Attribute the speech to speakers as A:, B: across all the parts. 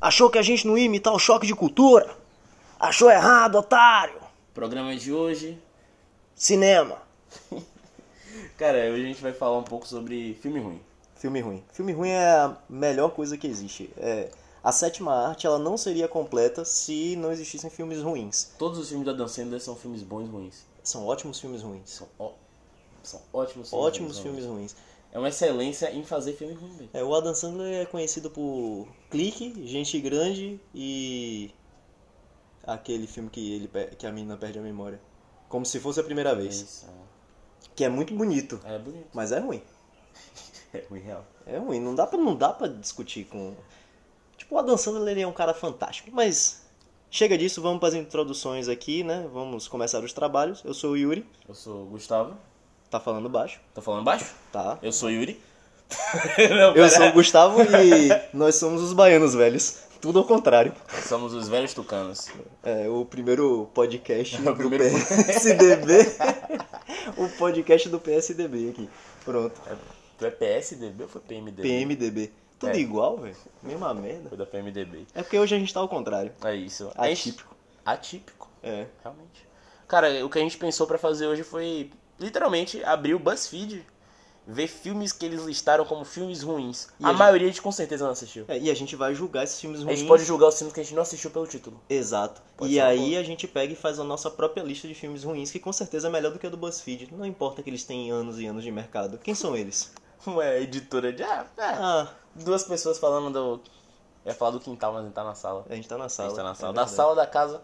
A: Achou que a gente não ia imitar o choque de cultura? Achou errado, otário!
B: Programa de hoje.
A: Cinema.
B: Cara, hoje a gente vai falar um pouco sobre filme ruim.
A: Filme ruim. Filme ruim é a melhor coisa que existe. É, a sétima arte ela não seria completa se não existissem filmes ruins.
B: Todos os filmes da Dan Sandler são filmes bons e ruins.
A: São ótimos filmes ruins.
B: São, ó- são ótimos filmes.
A: Ótimos
B: ruins,
A: filmes ruins.
B: É uma excelência em fazer filme ruim, velho.
A: É, o Adam Sandler é conhecido por Clique, Gente Grande e aquele filme que ele pe- que a menina perde a memória. Como se fosse a primeira
B: É
A: vez.
B: isso.
A: Que é muito bonito,
B: É, é bonito.
A: mas é ruim.
B: É ruim real.
A: É ruim, não dá pra, não dá pra discutir com. Tipo, o Adam Sandler ele é um cara fantástico, mas chega disso, vamos para as introduções aqui, né? Vamos começar os trabalhos. Eu sou o Yuri,
B: Eu sou o Gustavo.
A: tá falando baixo,
B: Tô falando baixo?
A: tá?
B: Eu sou o Yuri. Não,
A: Eu
B: pera.
A: sou o Gustavo e nós somos os baianos velhos. Tudo ao contrário.
B: Somos os velhos tucanos.
A: É o primeiro podcast
B: É o primeiro
A: do PSDB. o podcast do PSDB aqui. Pronto.
B: Tu é PSDB ou foi PMDB?
A: PMDB. Tudo
B: É.
A: igual, velho? Mesma merda.
B: Foi da PMDB.
A: É porque hoje a gente tá ao contrário.
B: É isso.
A: Atípico.
B: Atípico.
A: É.
B: Realmente. Cara, o que a gente pensou pra fazer hoje foi literalmente abrir o BuzzFeed, ver filmes que eles listaram como filmes ruins.
A: E
B: a,
A: a gente-
B: maioria a gente com certeza não assistiu.
A: É, e a gente vai julgar esses filmes
B: A
A: ruins.
B: gente pode julgar os filmes que a gente não assistiu pelo título.
A: Exato.
B: Pode
A: e
B: ser uma
A: aí
B: boa.
A: a gente pega e faz a nossa própria lista de filmes ruins, que com certeza é melhor do que a do BuzzFeed. Não importa que eles tenham anos e anos de mercado. Quem são eles?
B: Uma editora de. Ah, é,
A: Ah,
B: duas pessoas falando do. Eu ia falar do quintal, mas a gente tá na sala.
A: a gente tá na
B: A
A: sala.
B: gente tá na sala.
A: É
B: da
A: verdade.
B: sala da casa.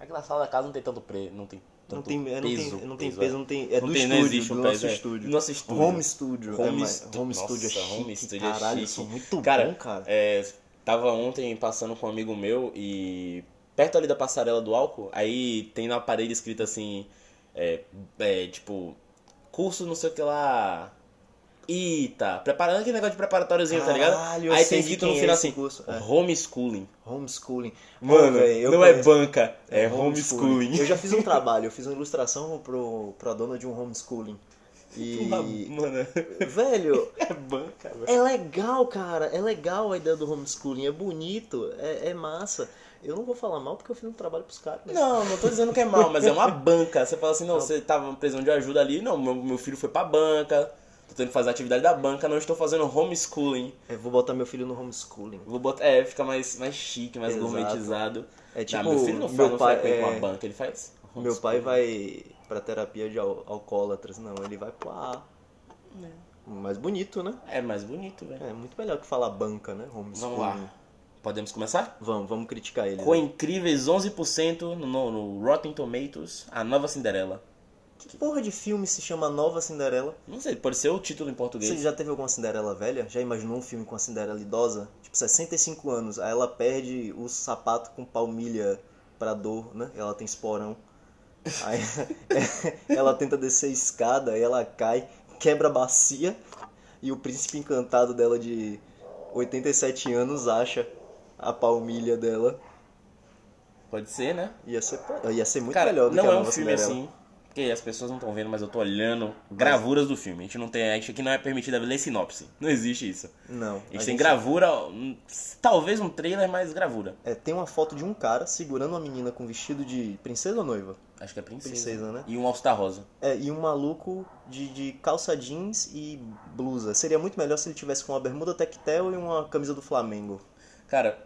B: É que na sala da casa não tem tanto preço. Não tem tanto
A: Não tem, é, não tem-
B: peso.
A: não tem
B: é.
A: peso, não tem. É
B: Não
A: do
B: tem- não
A: estúdio,
B: existe um
A: do
B: peso,
A: nosso
B: é.
A: estúdio.
B: Nosso estúdio.
A: Home studio.
B: Home
A: é, mais-
B: stu-
A: home
B: Nossa,
A: studio é chique.
B: home studio é
A: Caralho,
B: chique.
A: isso é muito
B: Cara,
A: bom, cara.
B: É, tava ontem passando com um amigo meu e perto ali da passarela do álcool, aí tem na parede escrito assim, é, é, tipo, curso não sei o que lá. Ita, preparando aquele negócio de preparatóriozinho, tá
A: Caralho,
B: ligado?
A: eu
B: Aí
A: sei
B: tem
A: de
B: escrito no
A: quem é
B: final
A: esse
B: assim,
A: curso, é.
B: homeschooling.
A: Homeschooling.
B: Mano,
A: Pô, véi, eu
B: não é
A: conheço-
B: banca, é, homeschooling.
A: Eu já fiz um trabalho, eu fiz uma ilustração pro, pra dona de um homeschooling. E.
B: Mano,
A: Velho,
B: é banca, velho.
A: é legal, cara. É legal a ideia do homeschooling. É bonito, é, é massa. Eu não vou falar mal porque eu fiz um trabalho pros caras. mas-
B: Não, não tô dizendo que é mal, mas é uma banca. Você fala assim, não, você tava precisando de ajuda ali, não, meu, meu filho foi pra banca, tô tendo que fazer a atividade da banca, não estou fazendo homeschooling.
A: Eu vou botar meu filho no homeschooling.
B: Vou botar, é, fica mais, mais chique, mais
A: Exato.
B: gourmetizado.
A: É tipo,
B: não, meu filho não faz,
A: meu
B: não
A: pai-
B: frequenta
A: é-
B: uma banca, ele faz
A: Meu pai vai pra terapia de al- alcoólatras, não, ele vai pro AA. Mas bonito, né?
B: É mais bonito, velho.
A: É muito melhor que falar banca, né? Homeschooling.
B: Vamos lá. Podemos começar?
A: Vamos, vamos criticar ele.
B: Com
A: Né?
B: incríveis 11% no, no Rotten Tomatoes, a nova Cinderela.
A: Que porra de filme se chama Nova Cinderela?
B: Não sei, pode ser o título em português.
A: Você já teve alguma Cinderela velha? Já imaginou um filme com a Cinderela idosa? Tipo, 65 anos, aí ela perde o sapato com palmilha pra dor, né? Ela tem esporão. Aí ela tenta descer a escada, aí ela cai, quebra a bacia e o príncipe encantado dela de 87 anos acha a palmilha dela.
B: Pode ser, né?
A: Ia ser, ia ser muito
B: Cara,
A: melhor do
B: não
A: que a
B: é um
A: nova
B: filme
A: Cinderela.
B: assim. Porque as pessoas não estão vendo, mas eu tô olhando gravuras do filme. A gente não tem. A gente aqui não é permitida ler sinopse. Não existe isso.
A: Não.
B: A gente tem gravura, um, talvez um trailer, mas gravura.
A: É, tem uma foto de um cara segurando uma menina com vestido de princesa ou noiva?
B: Acho que é princesa.
A: Princesa, né?
B: E um All-Star Rosa.
A: É, e um maluco de, de calça jeans e blusa. Seria muito melhor se ele tivesse com uma bermuda tectel e uma camisa do Flamengo.
B: Cara,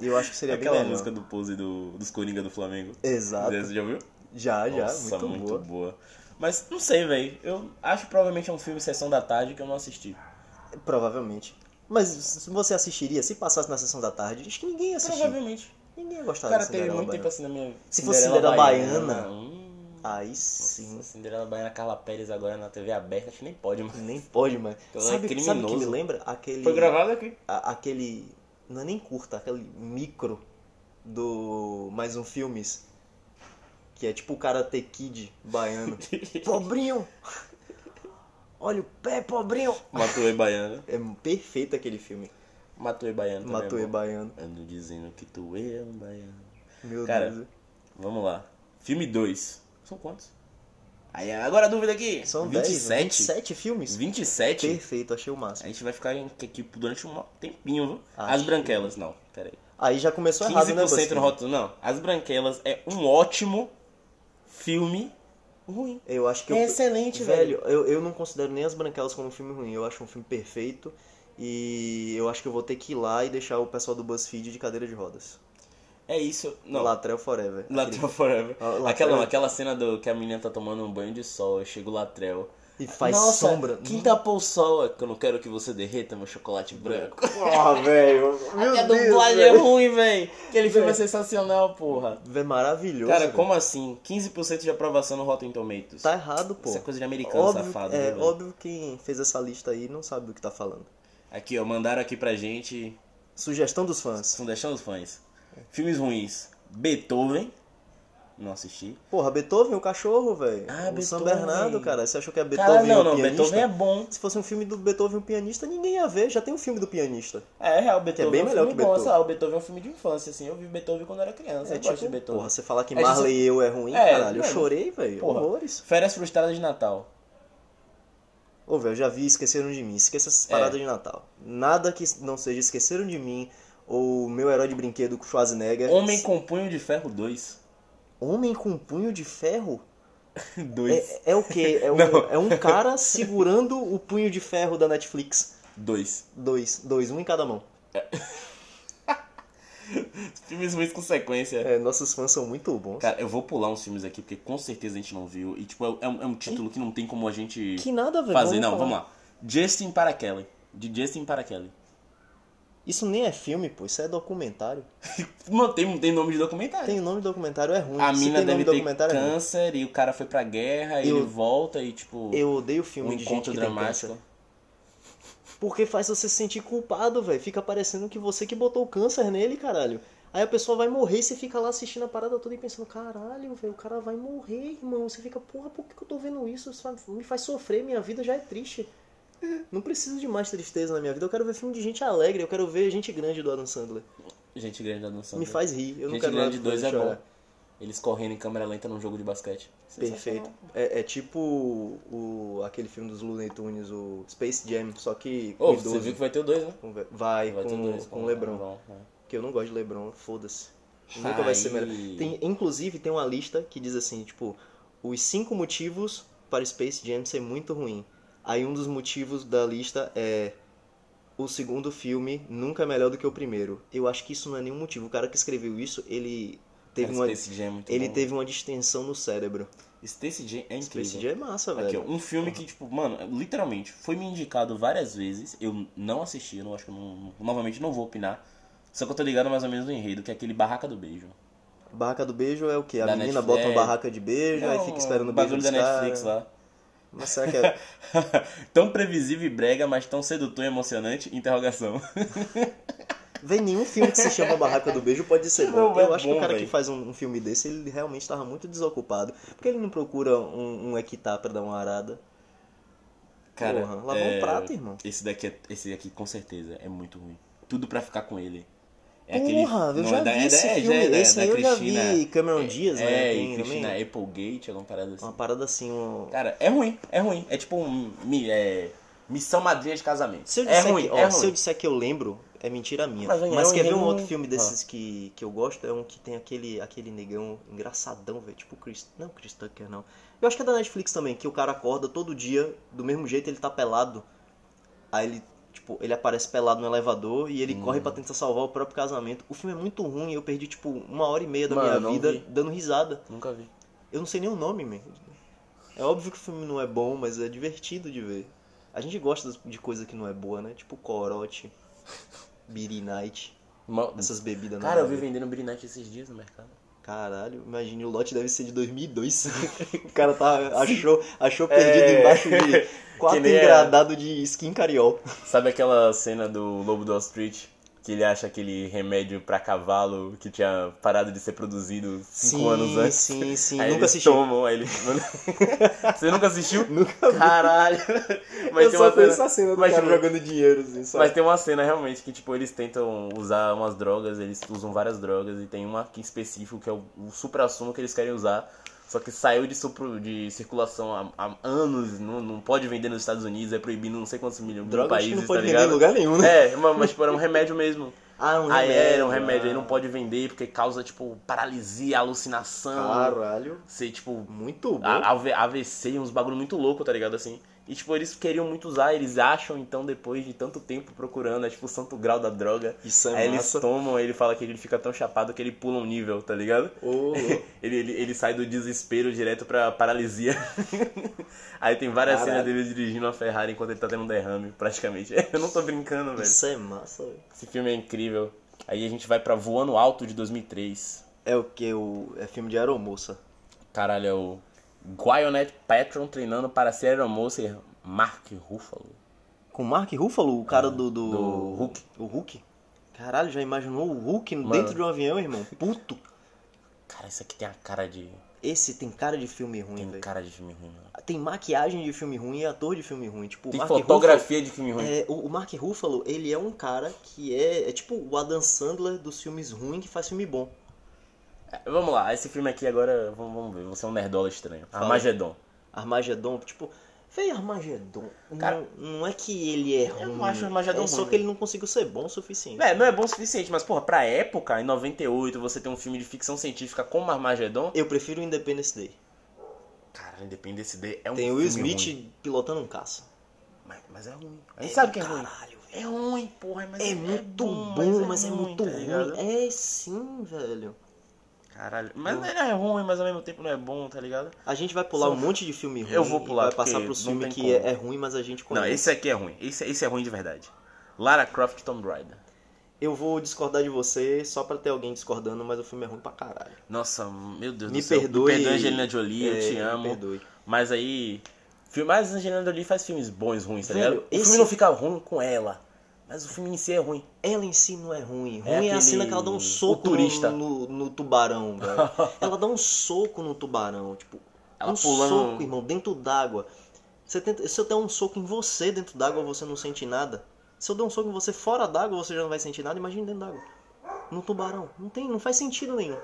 A: Eu acho que seria bem
B: aquela
A: melhor.
B: música do pose do, dos Coringa do Flamengo.
A: Exato.
B: Você já ouviu?
A: Já, já.
B: Nossa,
A: muito, boa.
B: Mas não sei, velho. Eu acho que provavelmente é um filme Sessão da Tarde que eu não assisti.
A: Provavelmente. Mas se você assistiria, se passasse na sessão da tarde, acho que ninguém ia assistir.
B: Provavelmente.
A: Ninguém ia gostar
B: Cara,
A: de
B: teve
A: Cinderela
B: muito
A: Baiana.
B: tempo assim na minha.
A: Se fosse Cinderela Baiana.
B: hum.
A: Aí sim.
B: Nossa, Cinderela Baiana Carla Pérez agora na TV aberta, acho que nem pode, mano.
A: Nem pode, mas...
B: Ela é
A: Sabe, sabe o que me
B: criminoso.
A: lembra? Aquele...
B: gravado aqui.
A: a- aquele. Não é nem curta, aquele micro do Mais um Filmes. Que é tipo o Karate Kid baiano. pobrinho! Olha o pé, pobrinho!
B: Matuei Baiana.
A: É perfeito aquele filme.
B: Matuei Baiana também.
A: Matou e
B: Baiana.
A: baiano.
B: Ando dizendo que tu é um baiano.
A: Meu
B: Cara,
A: Deus.
B: Vamos lá. Filme 2. São quantos? Aí, agora a dúvida aqui.
A: São né? 10,
B: 27?
A: 27 filmes?
B: 27?
A: Perfeito, achei o
B: A
A: máximo.
B: gente vai ficar em, aqui durante um tempinho, viu?
A: Acho
B: As Branquelas, não, peraí.
A: Aí já começou errado, né,
B: 15% no
A: BuzzFeed?
B: rótulo, não. As Branquelas é um ótimo filme ruim.
A: Eu acho que
B: É
A: eu-
B: excelente, velho.
A: Velho, eu, eu não considero nem As Branquelas como um filme ruim. Eu acho um filme perfeito. E eu acho que eu vou ter que ir lá e deixar o pessoal do BuzzFeed de cadeira de rodas.
B: É isso. Não,
A: Latrell Forever.
B: Latrell Forever.
A: Ah, Latrell.
B: Aquela, é não, aquela cena do que a menina tá tomando um banho de sol, aí chega o Latrell.
A: E faz
B: Nossa,
A: sombra.
B: Quem tapou o sol é que eu não quero que você derreta meu chocolate branco.
A: Ah, velho.
B: Até a
A: Meu Deus,
B: dublagem é
A: velho.
B: ruim, velho. Aquele filme é sensacional, porra.
A: É maravilhoso.
B: Cara,
A: velho.
B: como assim? 15% de aprovação no Rotten Tomatoes.
A: Tá errado, pô.
B: Isso é coisa de americano
A: Óbvio,
B: safado, né,
A: é,
B: velho?
A: óbvio que quem fez essa lista aí não sabe do que tá falando.
B: Aqui, ó, mandaram aqui pra gente.
A: Sugestão dos fãs.
B: Estão deixando os fãs. Filmes ruins. Beethoven. Não assisti.
A: Porra, Beethoven, o cachorro, velho.
B: Ah,
A: o São
B: Beethoven.
A: Bernardo, cara. Você achou que é Beethoven
B: Caralho, não,
A: o
B: não.
A: pianista?
B: Beethoven é bom.
A: Se fosse um filme do Beethoven o pianista, ninguém ia ver. Já tem um filme do pianista.
B: É, real, Beethoven é,
A: bem
B: um
A: melhor que
B: filme bom.
A: Beethoven. É tipo,
B: sabe? o Beethoven é um filme de infância, assim. Eu vi Beethoven quando era criança. eu gosto de Beethoven.
A: porra, você falar que
B: É, gente,
A: Marley e eu é ruim,
B: é,
A: caralho. Eu
B: mano,
A: chorei, velho.
B: porra.
A: Horrores.
B: Férias Frustradas de Natal.
A: Ô, velho, eu já vi Esqueceram de Mim. Esqueça essas
B: É.
A: paradas de Natal. Nada que não seja Esqueceram de Mim ou Meu Herói de Brinquedo com Schwarzenegger.
B: Homem com Punho de Ferro 2.
A: Homem com Punho de Ferro?
B: 2.
A: É, é o quê? É um,
B: Não.
A: é um cara segurando o punho de ferro da Netflix.
B: 2.
A: Dois. Dois, um em cada mão.
B: Filmes ruins com sequência.
A: É, nossos fãs são muito bons.
B: Cara, eu vou pular uns filmes aqui, porque com certeza a gente não viu. E, tipo, é, é um, é um título que não tem como a gente
A: Que nada, velho.
B: fazer. Não, vamos lá. Justin para Kelly. De Justin para Kelly.
A: Isso nem é filme, pô. Isso é documentário.
B: Não tem, tem nome de documentário.
A: Tem o nome do documentário, é ruim.
B: A
A: Se
B: mina
A: tem
B: deve
A: nome do
B: ter
A: documentário, é ruim.
B: câncer e o cara foi pra guerra e
A: Eu-
B: ele volta e, tipo,
A: Eu odeio filme
B: um
A: de gente
B: encontro
A: que tem
B: dramático.
A: câncer. Porque faz você se sentir culpado, velho. Fica parecendo que você que botou o câncer nele, caralho. Aí a pessoa vai morrer e você fica lá assistindo a parada toda e pensando, caralho, velho, o cara vai morrer, irmão. Você fica, porra, por que que eu tô vendo isso? Isso me faz sofrer, minha vida já é triste. Não preciso de mais tristeza na minha vida. Eu quero ver filme de gente alegre, eu quero ver gente grande do Adam Sandler.
B: Gente grande da dançando.
A: Me faz rir, eu não
B: Gente
A: quero
B: grande
A: nada pra
B: dois é
A: chorar.
B: bom. Eles correndo em câmera lenta num jogo de basquete.
A: Perfeito. É, é tipo o, aquele filme dos Looney Tunes, o Space Jam, só que com
B: Ô, você
A: idoso.
B: viu que vai ter o dois, né?
A: Com ve- Vai,
B: Vai ter o
A: com,
B: dois,
A: com o Lebron.
B: né?
A: Que eu não gosto de Lebron, foda-se. Nunca vai ser melhor.
B: Aí.
A: Tem- inclusive, tem uma lista que diz assim, tipo, os cinco motivos para Space Jam ser muito ruim. Aí um dos motivos da lista é o segundo filme nunca é melhor do que o primeiro. Eu acho que isso não é nenhum motivo. O cara que escreveu isso, ele teve
B: Cara,
A: uma
B: Space Jam é muito
A: ele
B: bom.
A: teve uma distensão no cérebro.
B: Space Jam é incrível.
A: Space Jam é massa, velho.
B: Aqui, ó, um filme que, tipo, mano, literalmente, foi me indicado várias vezes. Eu não assisti, eu não acho que eu não, novamente não vou opinar. Só que eu tô ligado mais ou menos no enredo, que é aquele Barraca do Beijo.
A: Barraca do beijo é o quê? A
B: Da
A: menina
B: Netflix.
A: bota uma barraca de beijo, aí
B: Não,
A: fica esperando o
B: o
A: beijo
B: bagulho
A: dos
B: da Netflix
A: caras.
B: lá.
A: Mas será que é...
B: tão previsível e brega, mas tão sedutor e emocionante, interrogação.
A: Vem nenhum filme que se chama Barraca do Beijo pode ser bom.
B: Não, é
A: Eu acho que o
B: bom,
A: cara
B: véi.
A: que faz um, um filme desse, ele realmente tava muito desocupado. Porque ele não procura um, um equitar pra dar uma arada.
B: Cara,
A: Porra, lavar um prato, irmão.
B: É, Esse daqui, é- esse daqui com certeza é muito ruim. Tudo pra ficar com ele. É
A: Porra, eu
B: não,
A: já
B: é da-
A: vi
B: é da-
A: esse
B: é da-
A: filme.
B: é da-
A: esse
B: da
A: aí eu já
B: Cristina-
A: vi Cameron Dias, né?
B: É,
A: Tem,
B: e
A: não
B: Cristina
A: tem?
B: Applegate, alguma parada assim.
A: Uma parada assim, um...
B: Cara, é ruim, é ruim. É tipo um, mi- é, missão madrinha de casamento.
A: Se eu
B: é
A: disser,
B: ruim,
A: que, ó,
B: é ruim.
A: se eu disser que eu lembro, é mentira minha.
B: Mas,
A: Mas,
B: hein, é um
A: quer ver um
B: enredo-
A: outro filme desses que, que eu gosto? É um que tem aquele, aquele negão engraçadão, velho. Tipo Chris. Não, Chris Tucker, não. Eu acho que é da Netflix também, que o cara acorda todo dia, do mesmo jeito ele tá pelado. Aí ele, tipo, ele aparece pelado no elevador e ele
B: Hum.
A: corre pra tentar salvar o próprio casamento. O filme é muito ruim, eu perdi, tipo, uma hora e meia da
B: Mano, eu
A: minha
B: não
A: vida
B: vi.
A: dando risada.
B: Nunca vi.
A: Eu não sei nem o nome, man. É óbvio que o filme não é bom, mas é divertido de ver. A gente gosta de coisa que não é boa, né? Tipo corote, Beery Night,
B: Mal-
A: essas bebidas
B: Cara, eu
A: nada
B: vi
A: a ver.
B: vendendo Brinete esses dias no mercado.
A: Caralho, imagine, o lote deve ser de 2002. o cara tá, achou, achou perdido embaixo de quatro
B: É. nem é.
A: engradados de skin cariol.
B: Sabe aquela cena do Lobo do Wall Street? Que ele acha aquele remédio pra cavalo que tinha parado de ser produzido cinco
A: Sim,
B: anos antes.
A: sim, sim.
B: Aí
A: Nunca
B: eles
A: assisti.
B: tomam, aí eles... Você nunca assistiu?
A: Nunca vi.
B: Caralho!
A: eu
B: Mas tem
A: só
B: uma cena...
A: conheço a cena do
B: mas
A: cara
B: tem-
A: jogando dinheiro, assim, só.
B: Mas tem uma cena realmente que, tipo, eles tentam usar umas drogas, eles usam várias drogas, e tem uma aqui em específico que é o, o supra-sumo que eles querem usar. Só que saiu de, supro- de circulação há, há anos, não, não pode vender nos Estados Unidos, é proibido não sei quantos milhões de
A: Droga, acho
B: países,
A: que não
B: tá
A: pode vender
B: ligado?
A: em lugar nenhum, né?
B: É, mas, mas tipo, era um remédio mesmo.
A: Ah, um
B: Aí era um
A: ah.
B: remédio, aí não pode vender porque causa, tipo, paralisia, alucinação.
A: Caralho.
B: Você, tipo,
A: Muito bom.
B: a- AV- AVC e uns bagulho muito louco, tá ligado? Assim. E, tipo, eles queriam muito usar, eles acham, então, depois de tanto tempo procurando, é tipo o santo grau da droga.
A: Isso
B: ah.
A: é
B: aí eles
A: massa.
B: tomam, aí ele fala que ele fica tão chapado que ele pula um nível, tá ligado?
A: Ô, louco.
B: Ele, ele, ele sai do desespero direto pra paralisia. aí tem várias
A: Caralho.
B: cenas dele dirigindo a Ferrari enquanto ele tá tendo um derrame, praticamente. Eu não tô brincando, velho.
A: Isso é massa, velho.
B: Esse filme é incrível. Aí a gente vai pra Voando Alto de 2003.
A: É o que? O... É filme de aeromoça.
B: Caralho, é o Guionet Patron treinando para ser aeromoça e Mark Ruffalo.
A: Com o Mark Ruffalo, o cara do, do.
B: É, do Hulk.
A: O Hulk? Caralho, já imaginou o Hulk
B: Mano.
A: dentro de um avião, irmão? Puto!
B: Cara, isso aqui tem a cara de.
A: Esse tem cara de filme ruim,
B: Tem
A: velho.
B: cara de filme ruim, mano.
A: Tem maquiagem de filme ruim e ator de filme ruim. Tipo, o
B: Tem
A: Mark
B: fotografia de filme ruim.
A: Ruffalo- é, o o Mark Ruffalo, ele é um cara que é, é tipo o Adam Sandler dos filmes ruins que faz filme bom.
B: É, Vamos lá, esse filme aqui agora, vamos, vamos ver. Você é um nerdola estranho.
A: Fala.
B: Armagedon.
A: Armagedon, tipo, véi, Armagedon,
B: Cara-
A: não, não é que ele é ruim.
B: não acho Armagedon
A: é só
B: ruim.
A: que ele não conseguiu ser bom o suficiente.
B: É, não é bom o suficiente, mas porra, pra época, em 98, você ter um filme de ficção científica como Armagedon.
A: Eu prefiro o Independence Day.
B: Cara, Independence Day é um
A: Tem o
B: filme
A: Will Smith
B: ruim.
A: pilotando um caça.
B: Mas, mas é ruim. A gente sabe que é ruim.
A: Caralho, velho.
B: É ruim, porra, mas tá
A: É muito bom, mas é muito ruim. É sim, velho.
B: Caralho, mas ele é ruim, mas ao mesmo tempo não é bom, tá ligado?
A: A gente vai pular
B: São-
A: um monte de filme ruim.
B: Eu vou pular,
A: E vai passar
B: porque
A: pros
B: não
A: filmes
B: tem
A: que
B: como.
A: é, é ruim, mas a gente
B: Não,
A: conhece.
B: esse aqui é ruim. Esse, esse é ruim de verdade. Lara Croft Tomb Raider.
A: Eu vou discordar de você só pra ter alguém discordando, mas o filme é ruim pra caralho.
B: Nossa, meu Deus
A: Me
B: do céu.
A: perdoe.
B: Me perdoe, Angelina Jolie, eu
A: É,
B: te
A: me
B: amo.
A: perdoe.
B: Mas aí. filme- Mas a Angelina Jolie faz filmes bons, ruins, tá
A: Velho,
B: ligado? O
A: esse-
B: filme não fica ruim com ela. Mas o filme em si é ruim.
A: Ela em si não é ruim. Ruim é, a
B: aquele-
A: cena que ela dá um
B: o
A: soco
B: turista.
A: No, no- no tubarão, velho. ela dá um soco no tubarão, tipo.
B: Ela
A: um
B: pulando-
A: soco, irmão, dentro d'água. Você tenta- Se eu der um soco em você dentro d'água, você não sente nada. Se eu der um soco em você fora d'água, você já não vai sentir nada. Imagina dentro d'água. No tubarão. Não tem, não faz sentido nenhum.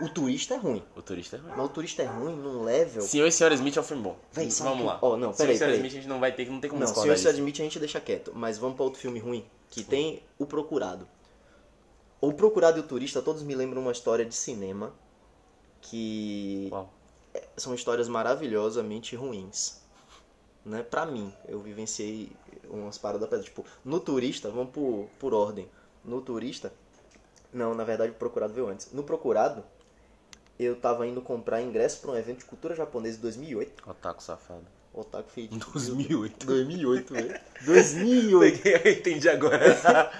A: O turista é ruim.
B: O turista é ruim.
A: Mas o turista é ruim num level.
B: Senhor e Senhora Smith é um filme bom.
A: Véi, sabe
B: vamos
A: que-
B: lá.
A: Ó, não,
B: Senhor
A: peraí,
B: e Senhora
A: peraí.
B: Smith a gente não vai ter, não tem como
A: Não, se
B: discordar
A: isso
B: disso.
A: admite, a gente deixa quieto. Mas vamos pra outro filme ruim, que tem O Procurado. O Procurado e o Turista, todos me lembram uma história de cinema que é,
B: Uau.
A: são histórias maravilhosamente ruins. Né? Pra mim, eu vivenciei umas paradas pesadas. Tipo, no Turista, vamos por, por ordem. No Turista, não, na verdade o Procurado veio antes. No Procurado, eu tava indo comprar ingresso pra um evento de cultura japonesa de 2008.
B: Otaku safado.
A: Otaku feio.
B: 2008.
A: 2008, velho. 2008.
B: Eu entendi agora.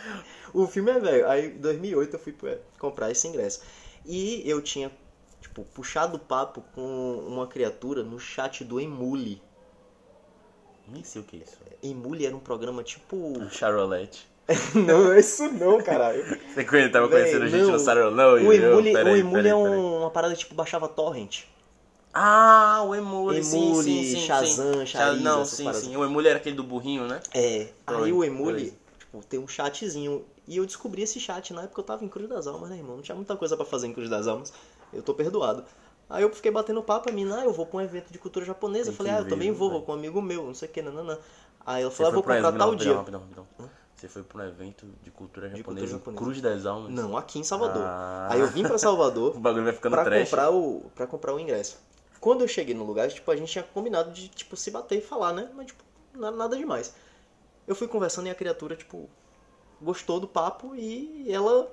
A: O filme é velho. Aí, em 2008, eu fui pra- comprar esse ingresso. E eu tinha, tipo, puxado papo com uma criatura no chat do Emule.
B: Nem sei o que é isso.
A: Emule era um programa tipo.
B: Charolette.
A: não, é isso não, caralho.
B: Você conhe- tava
A: Véi,
B: conhecendo gente
A: não.
B: no Charolette?
A: O Emule, o Emule é um- uma parada tipo baixava torrent.
B: Ah, o Emule, sim,
A: Emule,
B: sim, sim, sim.
A: Shazam,
B: Sha-
A: Shariza,
B: Não,
A: essas
B: sim,
A: paradas.
B: sim. O Emule era aquele do burrinho, né?
A: É, aí
B: Torrent,
A: o Emule,
B: beleza.
A: tipo, tem um chatzinho. E eu descobri esse chat na época eu tava em Cruz das Almas, né, irmão? Não tinha muita coisa pra fazer em Cruz das Almas. Eu tô perdoado. Aí eu fiquei batendo papo, a mina, ah, eu vou pra um evento de cultura japonesa. Eu
B: Tem
A: falei,
B: que
A: ah, eu
B: ver,
A: também
B: viu,
A: vou, vou
B: velho?
A: com um amigo meu, não sei o que, nananã. Aí ela
B: Você
A: falou, ah, vou
B: pra-
A: comprar
B: não,
A: tal
B: rapidão,
A: dia. Hum?
B: rapidão, rapidão. Você foi pra um evento de cultura
A: De
B: japonesa,
A: cultura japonesa.
B: Cruz das Almas.
A: Não, aqui em Salvador.
B: Ah.
A: Aí eu vim pra Salvador,
B: O bagulho vai ficando
A: pra
B: trash.
A: comprar o para comprar o ingresso. Quando eu cheguei no lugar, tipo, a gente tinha combinado de tipo se bater e falar, né? Mas tipo, na- nada demais. Eu fui conversando e a criatura, tipo, gostou do papo e ela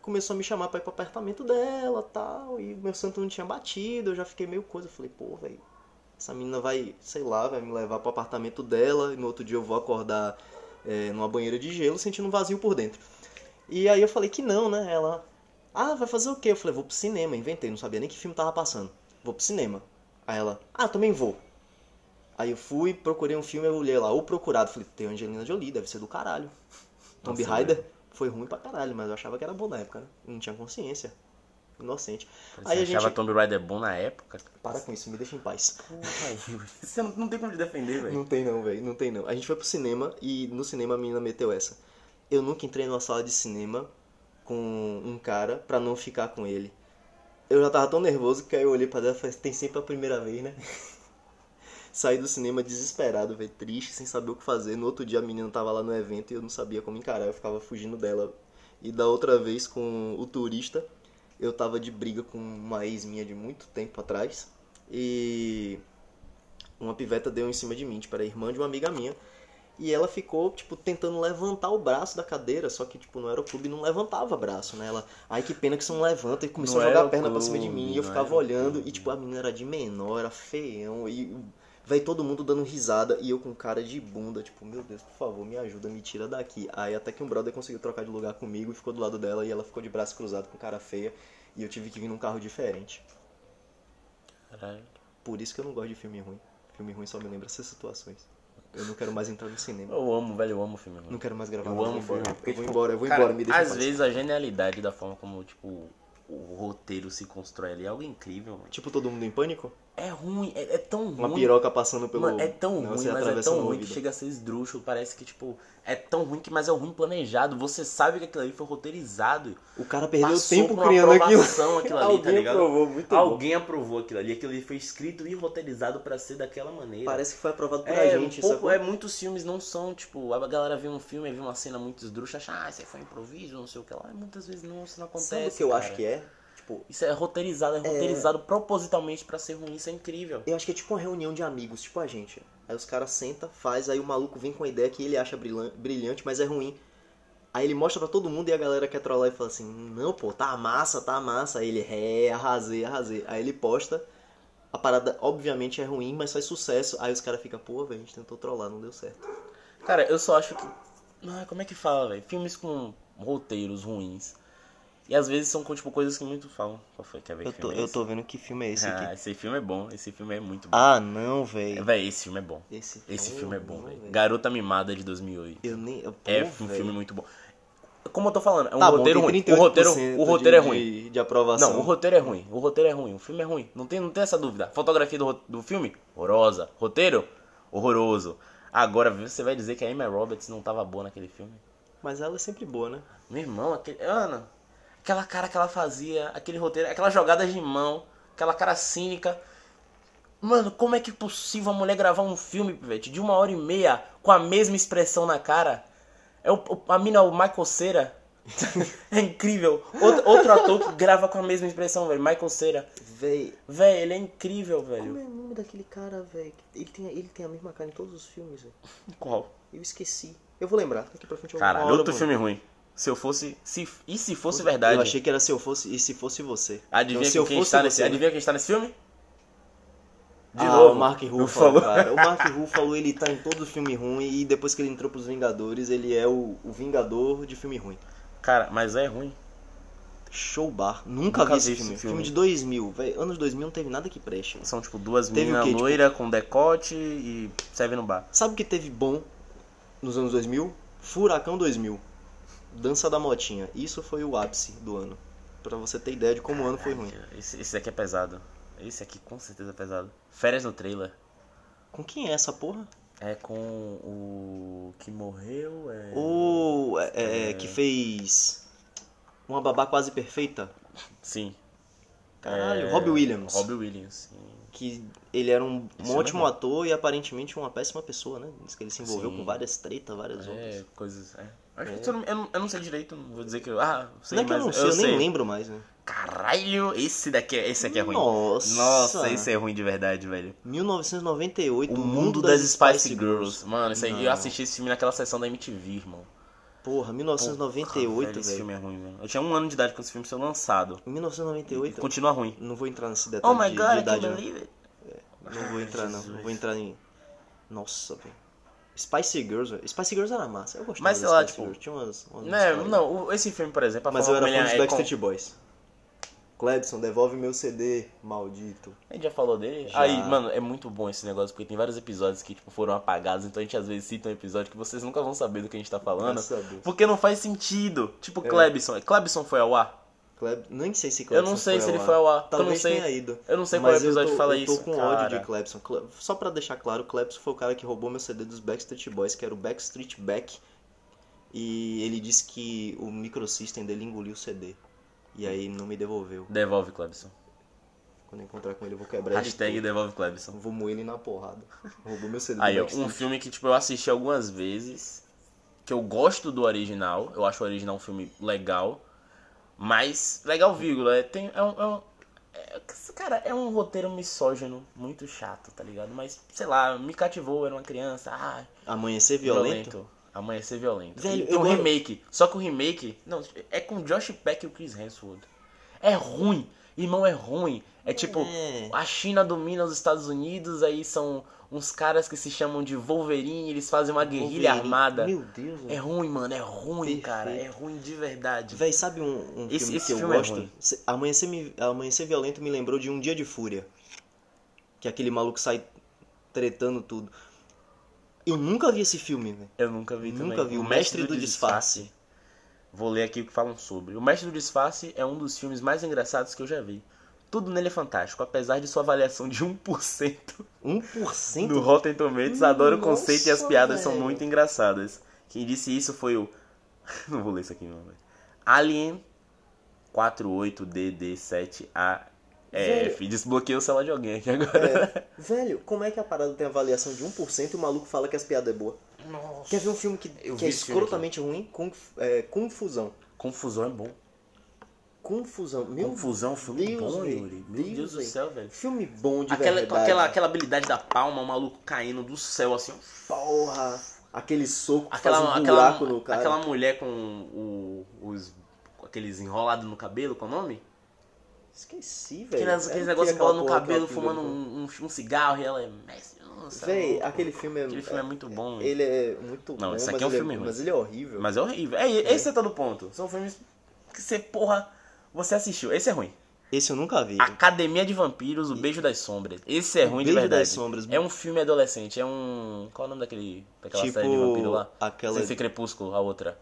A: começou a me chamar pra ir pro apartamento dela, tal, e o meu santo não tinha batido, eu já fiquei meio coisa, eu falei, pô, velho, essa menina vai, sei lá, vai me levar pro apartamento dela e no outro dia eu vou acordar é, numa banheira de gelo sentindo um vazio por dentro. E aí eu falei que não, né? Ela, ah, vai fazer o quê? Eu falei, vou pro cinema, inventei, não sabia nem que filme tava passando. Vou pro cinema. Aí ela, ah, também vou. Aí eu fui, procurei um filme, eu olhei lá, O Procurado. Falei, tem Angelina Jolie, deve ser do caralho. Tomb
B: Nossa,
A: Raider foi ruim pra caralho, mas eu achava que era bom na época, né? Eu Não tinha consciência. Inocente.
B: Você
A: Aí a
B: achava
A: gente.
B: Tomb Raider bom na época?
A: Para com isso, me deixa em paz.
B: Porra, você não, não tem como te defender, velho.
A: Não tem não, velho. Não tem não. A gente foi pro cinema e no cinema a menina meteu essa. Eu nunca entrei numa sala de cinema com um cara pra não ficar com ele. eu já tava tão nervoso que aí eu olhei pra ela e falei, tem sempre a primeira vez, né? Saí do cinema desesperado, velho, triste, sem saber o que fazer. No outro dia a menina tava lá no evento e eu não sabia como encarar, eu ficava fugindo dela. E da outra vez com o turista, eu tava de briga com uma ex minha de muito tempo atrás. E uma piveta deu em cima de mim, tipo, era irmã de uma amiga minha. E ela ficou, tipo, tentando levantar o braço da cadeira, só que, tipo, no aeroclube não levantava braço, né? Ela, ai que pena que você não levanta, e começou
B: No
A: a jogar a perna pra
B: aeroclube,
A: cima de mim, e eu
B: no
A: ficava olhando,
B: aeroclube.
A: e, tipo, a menina era de menor, era feião, e, vai todo mundo dando risada, e eu com cara de bunda, tipo, meu Deus, por favor, me ajuda, me tira daqui. Aí até que um brother conseguiu trocar de lugar comigo, e ficou do lado dela, e ela ficou de braço cruzado com cara feia, e eu tive que vir num carro diferente.
B: Caralho.
A: Por isso que eu não gosto de filme ruim. Filme ruim só me lembra essas situações. Eu não quero mais entrar no cinema.
B: Eu amo, velho, eu amo filme ruim.
A: Não quero mais gravar.
B: Eu
A: não,
B: amo
A: vou
B: filme
A: embora.
B: ruim.
A: Eu vou embora, eu vou
B: Cara,
A: embora, me deixa em
B: Às
A: paz.
B: vezes a genialidade da forma como, tipo, o roteiro se constrói ali é algo incrível, mano.
A: Tipo todo mundo em pânico?
B: É ruim, é, é tão ruim.
A: Uma piroca passando pelo.
B: Mano, é tão
A: né,
B: ruim,
A: você
B: mas é
A: atravessando
B: tão
A: o
B: ruim que
A: ouvido.
B: chega a ser esdrúxulo. Parece que, tipo, é tão ruim que, mas é um ruim planejado. Você sabe que aquilo ali foi roteirizado.
A: O cara perdeu
B: Passou
A: tempo
B: por uma
A: criando aquilo.
B: aprovação aquilo ali, tá
A: Alguém
B: ligado?
A: aprovou, muito bom.
B: Alguém aprovou aquilo ali. Aquilo ali foi escrito e roteirizado pra ser daquela maneira.
A: Parece que foi aprovado por
B: é,
A: a gente,
B: um pouco,
A: sacou?
B: é, muitos filmes não são, tipo, a galera vê um filme, vê uma cena muito esdrúxula, acha, ah, isso aí foi improviso, não sei o que lá. Muitas vezes não, isso não acontece.
A: Sabe o que eu
B: cara.
A: acho que é? Tipo,
B: Isso é roteirizado, é roteirizado propositalmente pra ser ruim, isso é incrível.
A: eu acho que é tipo uma reunião de amigos, tipo a gente. Aí os caras sentam, faz, aí o maluco vem com a ideia que ele acha brilhan- brilhante, mas é ruim. Aí ele mostra pra todo mundo e a galera quer trollar e fala assim: Não, pô, tá massa, tá massa. Aí ele, é, arrasei, arrasei. Aí ele posta, a parada obviamente é ruim, mas faz sucesso. Aí os caras ficam, pô, velho, a gente tentou trollar, não deu certo.
B: Cara, eu só acho que. Ah, como é que fala, velho? Filmes com roteiros ruins. E às vezes são com, tipo, coisas que muito falam. Qual foi? Quer ver que filme é esse?
A: vendo que filme é
B: Ah, esse filme é bom, esse filme é muito bom.
A: Ah, não, velho.
B: Véi, esse filme é bom.
A: Esse,
B: Esse filme é bom, velho.
A: velho.
B: Garota Mimada de 2008.
A: Eu nem. eu-
B: É
A: pô,
B: um
A: velho.
B: filme muito bom. Como eu tô falando, é um
A: Tá bom,
B: roteiro
A: tem
B: ruim. O roteiro,
A: 38%
B: o roteiro é
A: de-
B: ruim.
A: De, de aprovação.
B: Não, o roteiro é ruim. O roteiro é ruim. O filme é ruim. Não tem, não tem essa dúvida. Fotografia do, ro- do filme? Horrorosa. Roteiro? Horroroso. Agora, você vai dizer que a Emma Roberts não tava boa naquele filme?
A: Mas ela é sempre boa, né?
B: Meu irmão, aquele. Ana, aquela cara que ela fazia, aquele roteiro, aquela jogada de mão, aquela cara cínica. Mano, como é que é possível a mulher gravar um filme, pivete, de uma hora e meia com a mesma expressão na cara? É o, o- a mina, o Michael Cera. é incrível. Outro, outro ator que grava com a mesma expressão, velho. Michael Cera.
A: Véi,
B: Velho, ele é incrível,
A: Como
B: velho.
A: é o nome daquele cara, velho? Ele tem, ele tem a mesma cara em todos os filmes, velho.
B: Qual?
A: Eu esqueci. Eu vou lembrar. Daqui pra frente eu
B: Caralho,
A: uma hora
B: outro
A: eu vou-
B: filme ruim. Se eu fosse. Se, e se fosse verdade?
A: Eu achei que era se eu fosse e se fosse você.
B: Adivinha,
A: Então, se
B: quem
A: eu
B: quem
A: fosse
B: está nesse,
A: você, né?
B: adivinha quem está nesse filme? De
A: ah,
B: novo.
A: o Mark
B: Não
A: Ruffalo,
B: falou.
A: cara. O Mark Ruffalo, ele tá em todo filme ruim e depois que ele entrou pros Vingadores, ele é o, o Vingador de filme ruim.
B: Cara, mas é ruim.
A: Show Bar. Nunca, vi esse filme.
B: filme.
A: Filme de 2000, velho. Anos 2000 não teve nada que preste.
B: São tipo duas
A: Teve o
B: meninas
A: quê, tipo?
B: loiras com decote e serve no bar.
A: Sabe o que teve bom nos anos 2000? Furacão 2000. Dança da Motinha. Isso foi o ápice do ano. Pra você ter ideia de como o ano foi ruim.
B: Esse, esse aqui é pesado. Esse aqui com certeza é pesado. Férias no trailer.
A: Com quem é essa porra?
B: É com o que morreu. É...
A: Ou é, é, que fez Uma Babá Quase Perfeita?
B: Sim.
A: Caralho,
B: É,
A: Robbie Williams.
B: Robbie Williams. sim.
A: Que ele era um, um
B: Esse é
A: ótimo
B: legal.
A: ator e aparentemente uma péssima pessoa, né? Diz que ele se envolveu
B: Sim.
A: com várias tretas, várias
B: É,
A: outras.
B: coisas. É. Acho que se Eu, não, eu, não, eu não sei direito, não vou dizer que eu. Ah, sei,
A: não é que eu
B: mas
A: não sei, eu, nem
B: sei.
A: lembro mais, né?
B: Caralho, esse daqui é, esse aqui é ruim.
A: Nossa.
B: Nossa, esse é ruim de verdade, velho.
A: 1998,
B: O Mundo das Spice Girls. Mano, isso aí, eu
A: Não.
B: assisti esse filme naquela sessão da MTV, irmão.
A: Porra, 1998,
B: Porra, Esse
A: velho.
B: filme é ruim, velho. Eu tinha um ano de idade quando esse filme foi lançado.
A: Em
B: E
A: 1998,
B: continua ruim.
A: não vou entrar nesse detalhe
B: Oh my
A: de,
B: god,
A: de
B: I can't
A: idade, não.
B: believe it.
A: Não vou
B: Ai,
A: entrar, não.
B: Jesus.
A: Não vou entrar em... Nossa, velho. Spice Girls, velho. Spice Girls era massa. Eu gostava
B: Mas,
A: da
B: sei lá,
A: Spice
B: tipo,
A: Girls. Tinha umas... umas
B: Né,
A: histórias.
B: não, o- esse filme, por exemplo, a
A: Mas eu
B: forma
A: era
B: como
A: fã dos
B: ele é... com-
A: Backstreet Boys. Clebson, devolve meu CD, maldito.
B: A gente já falou dele?
A: Já.
B: Aí, mano, é muito bom esse negócio, porque tem vários episódios que tipo, foram apagados, então a gente às vezes cita um episódio que vocês nunca vão saber do que a gente tá falando.
A: Graças a Deus.
B: Porque não faz sentido. Tipo,
A: É.
B: Clebson. Clebson foi ao ar?
A: Cleb... Nem sei se
B: Eu
A: Clebson
B: não sei
A: foi
B: se ele
A: ao
B: foi
A: ar.
B: ao ar. porque
A: Talvez
B: eu não sei.
A: tenha ido.
B: Eu não sei
A: Mas
B: qual episódio
A: eu tô,
B: fala
A: eu tô
B: isso.
A: com
B: cara.
A: ódio de Clebson. Cle- Só pra deixar claro, o Clebson foi o cara que roubou meu CD dos Backstreet Boys, que era o Backstreet Back. E ele disse que o microsystem dele engoliu o CD. E aí não me devolveu.
B: Devolve, Clebson.
A: Quando eu encontrar com ele, eu vou quebrar
B: Hashtag
A: ele.
B: devolve, Clebson.
A: todo. Vou moer ele na porrada. Roubou meu CD.
B: Aí,
A: do
B: ó, um
A: Backstreet.
B: filme que, tipo, eu assisti algumas vezes, que eu gosto do original, eu acho o original um filme legal, mas, legal, vírgula, é, tem, é um... é um- é- cara, é um roteiro misógino, muito chato, tá ligado? Mas, sei lá, me cativou, eu era uma criança, ah,
A: Amanhecer violento.
B: Amanhecer violento.
A: Velho,
B: E tem
A: eu
B: um
A: gosto-
B: remake. Só que o remake. Não, é com Josh Peck e o Chris Hemsworth. É ruim. Irmão, é ruim. É tipo,
A: É.
B: a China domina os Estados Unidos, aí são uns caras que se chamam de Wolverine, eles fazem uma guerrilha
A: Wolverine.
B: armada.
A: Meu Deus,
B: É
A: velho.
B: ruim, mano, é ruim,
A: Perfeito.
B: cara. É ruim de verdade.
A: Véi, sabe um, um
B: Esse-
A: filme
B: esse
A: que eu
B: filme é
A: gosto?
B: ruim.
A: Se- Amanhecer, me- Amanhecer Violento me lembrou de Um Dia de Fúria. Que é aquele maluco sai tretando tudo. Eu nunca vi esse filme, velho.
B: Eu nunca vi também.
A: Nunca vi. O Mestre do Disfarce.
B: Vou ler aqui o que falam sobre. O Mestre do Disfarce é um dos filmes mais engraçados que eu já vi. Tudo nele é fantástico, apesar de sua avaliação de 1%
A: 1%?
B: do Rotten Tomatoes. Adoro o conceito e as
A: Nossa,
B: piadas são
A: velho.
B: muito engraçadas. Quem disse isso foi o... Não vou ler isso aqui não, velho. Alien 48DD7AF. É, Desbloqueei o celular de alguém aqui agora.
A: Velho, como é que a parada tem avaliação de 1% e o maluco fala que as piadas é boa?
B: Nossa.
A: Quer ver um filme que,
B: Eu
A: que é
B: vi esse filme aqui.
A: escrotamente ruim? Conf, é, confusão.
B: Confusão é bom.
A: Confusão. Meu
B: Confusão, é um filme
A: Deus,
B: bom,
A: velho.
B: Yuri. Meu Deus, do
A: velho.
B: céu, velho.
A: Filme bom de
B: Aquela, com
A: verdade.
B: aquela, aquela habilidade da palma, o maluco caindo do céu, assim. ó.
A: Porra. Aquele soco que
B: Aquela,
A: faz um
B: aquela,
A: buraco no cara.
B: aquela mulher com o, os, com aqueles enrolados no cabelo, qual é o nome?
A: Esqueci, velho.
B: Aqueles,
A: Era o
B: aqueles
A: que
B: negócios
A: aquela
B: bola no
A: porra,
B: cabelo,
A: aquela
B: fumando
A: pinga?
B: um, um, um cigarro e ela é mestre. Nossa,
A: Véi,
B: louco.
A: aquele filme é...
B: Aquele filme é muito bom, velho.
A: Ele é muito
B: Não,
A: bom,
B: esse aqui
A: mas,
B: é um
A: ele
B: filme ruim.
A: mas ele é horrível.
B: Mas é horrível. É, Esse é todo o ponto. São filmes que você, porra, você assistiu. Esse é ruim.
A: Esse eu nunca vi.
B: Academia de Vampiros, O Beijo das Sombras. Esse é
A: O
B: ruim de
A: Beijo
B: verdade.
A: das Sombras.
B: É um filme adolescente, é um. Qual é o nome daquele. daquela série de vampiro
A: tipo
B: lá?
A: aquela...
B: Sem ser Crepúsculo, a outra.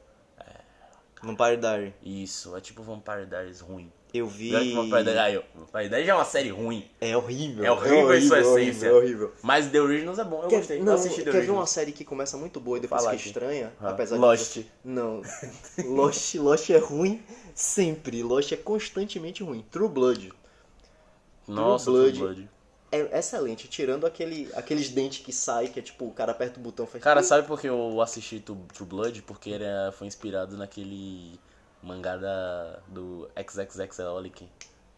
A: Vampire Diary.
B: Isso, é tipo Vampire Diaries ruim.
A: Eu vi...
B: Pior que Vampire Diaries. Aí, ó, Vampire Diaries é uma série ruim,
A: É horrível.
B: É horrível em sua
A: horrível, horrível,
B: essência.
A: É horrível.
B: mas The Originals é bom. Eu gostei.
A: Quer,
B: eu
A: não,
B: assisti The
A: quer ver uma
B: Originals.
A: série que começa muito boa e depois
B: Falar
A: que
B: aqui.
A: estranha?
B: Ah,
A: apesar
B: Lost.
A: de. Não. Lost, Lost é ruim sempre. Lost é constantemente ruim. True Blood
B: Nossa,
A: True
B: True
A: Blood.
B: Blood.
A: é excelente, tirando aquele, aqueles dentes que saem, que é tipo, o cara aperta o botão e faz.
B: Cara, sabe por que eu assisti Tru- True Blood? Porque era, foi inspirado naquele mangá da, do XXXelic.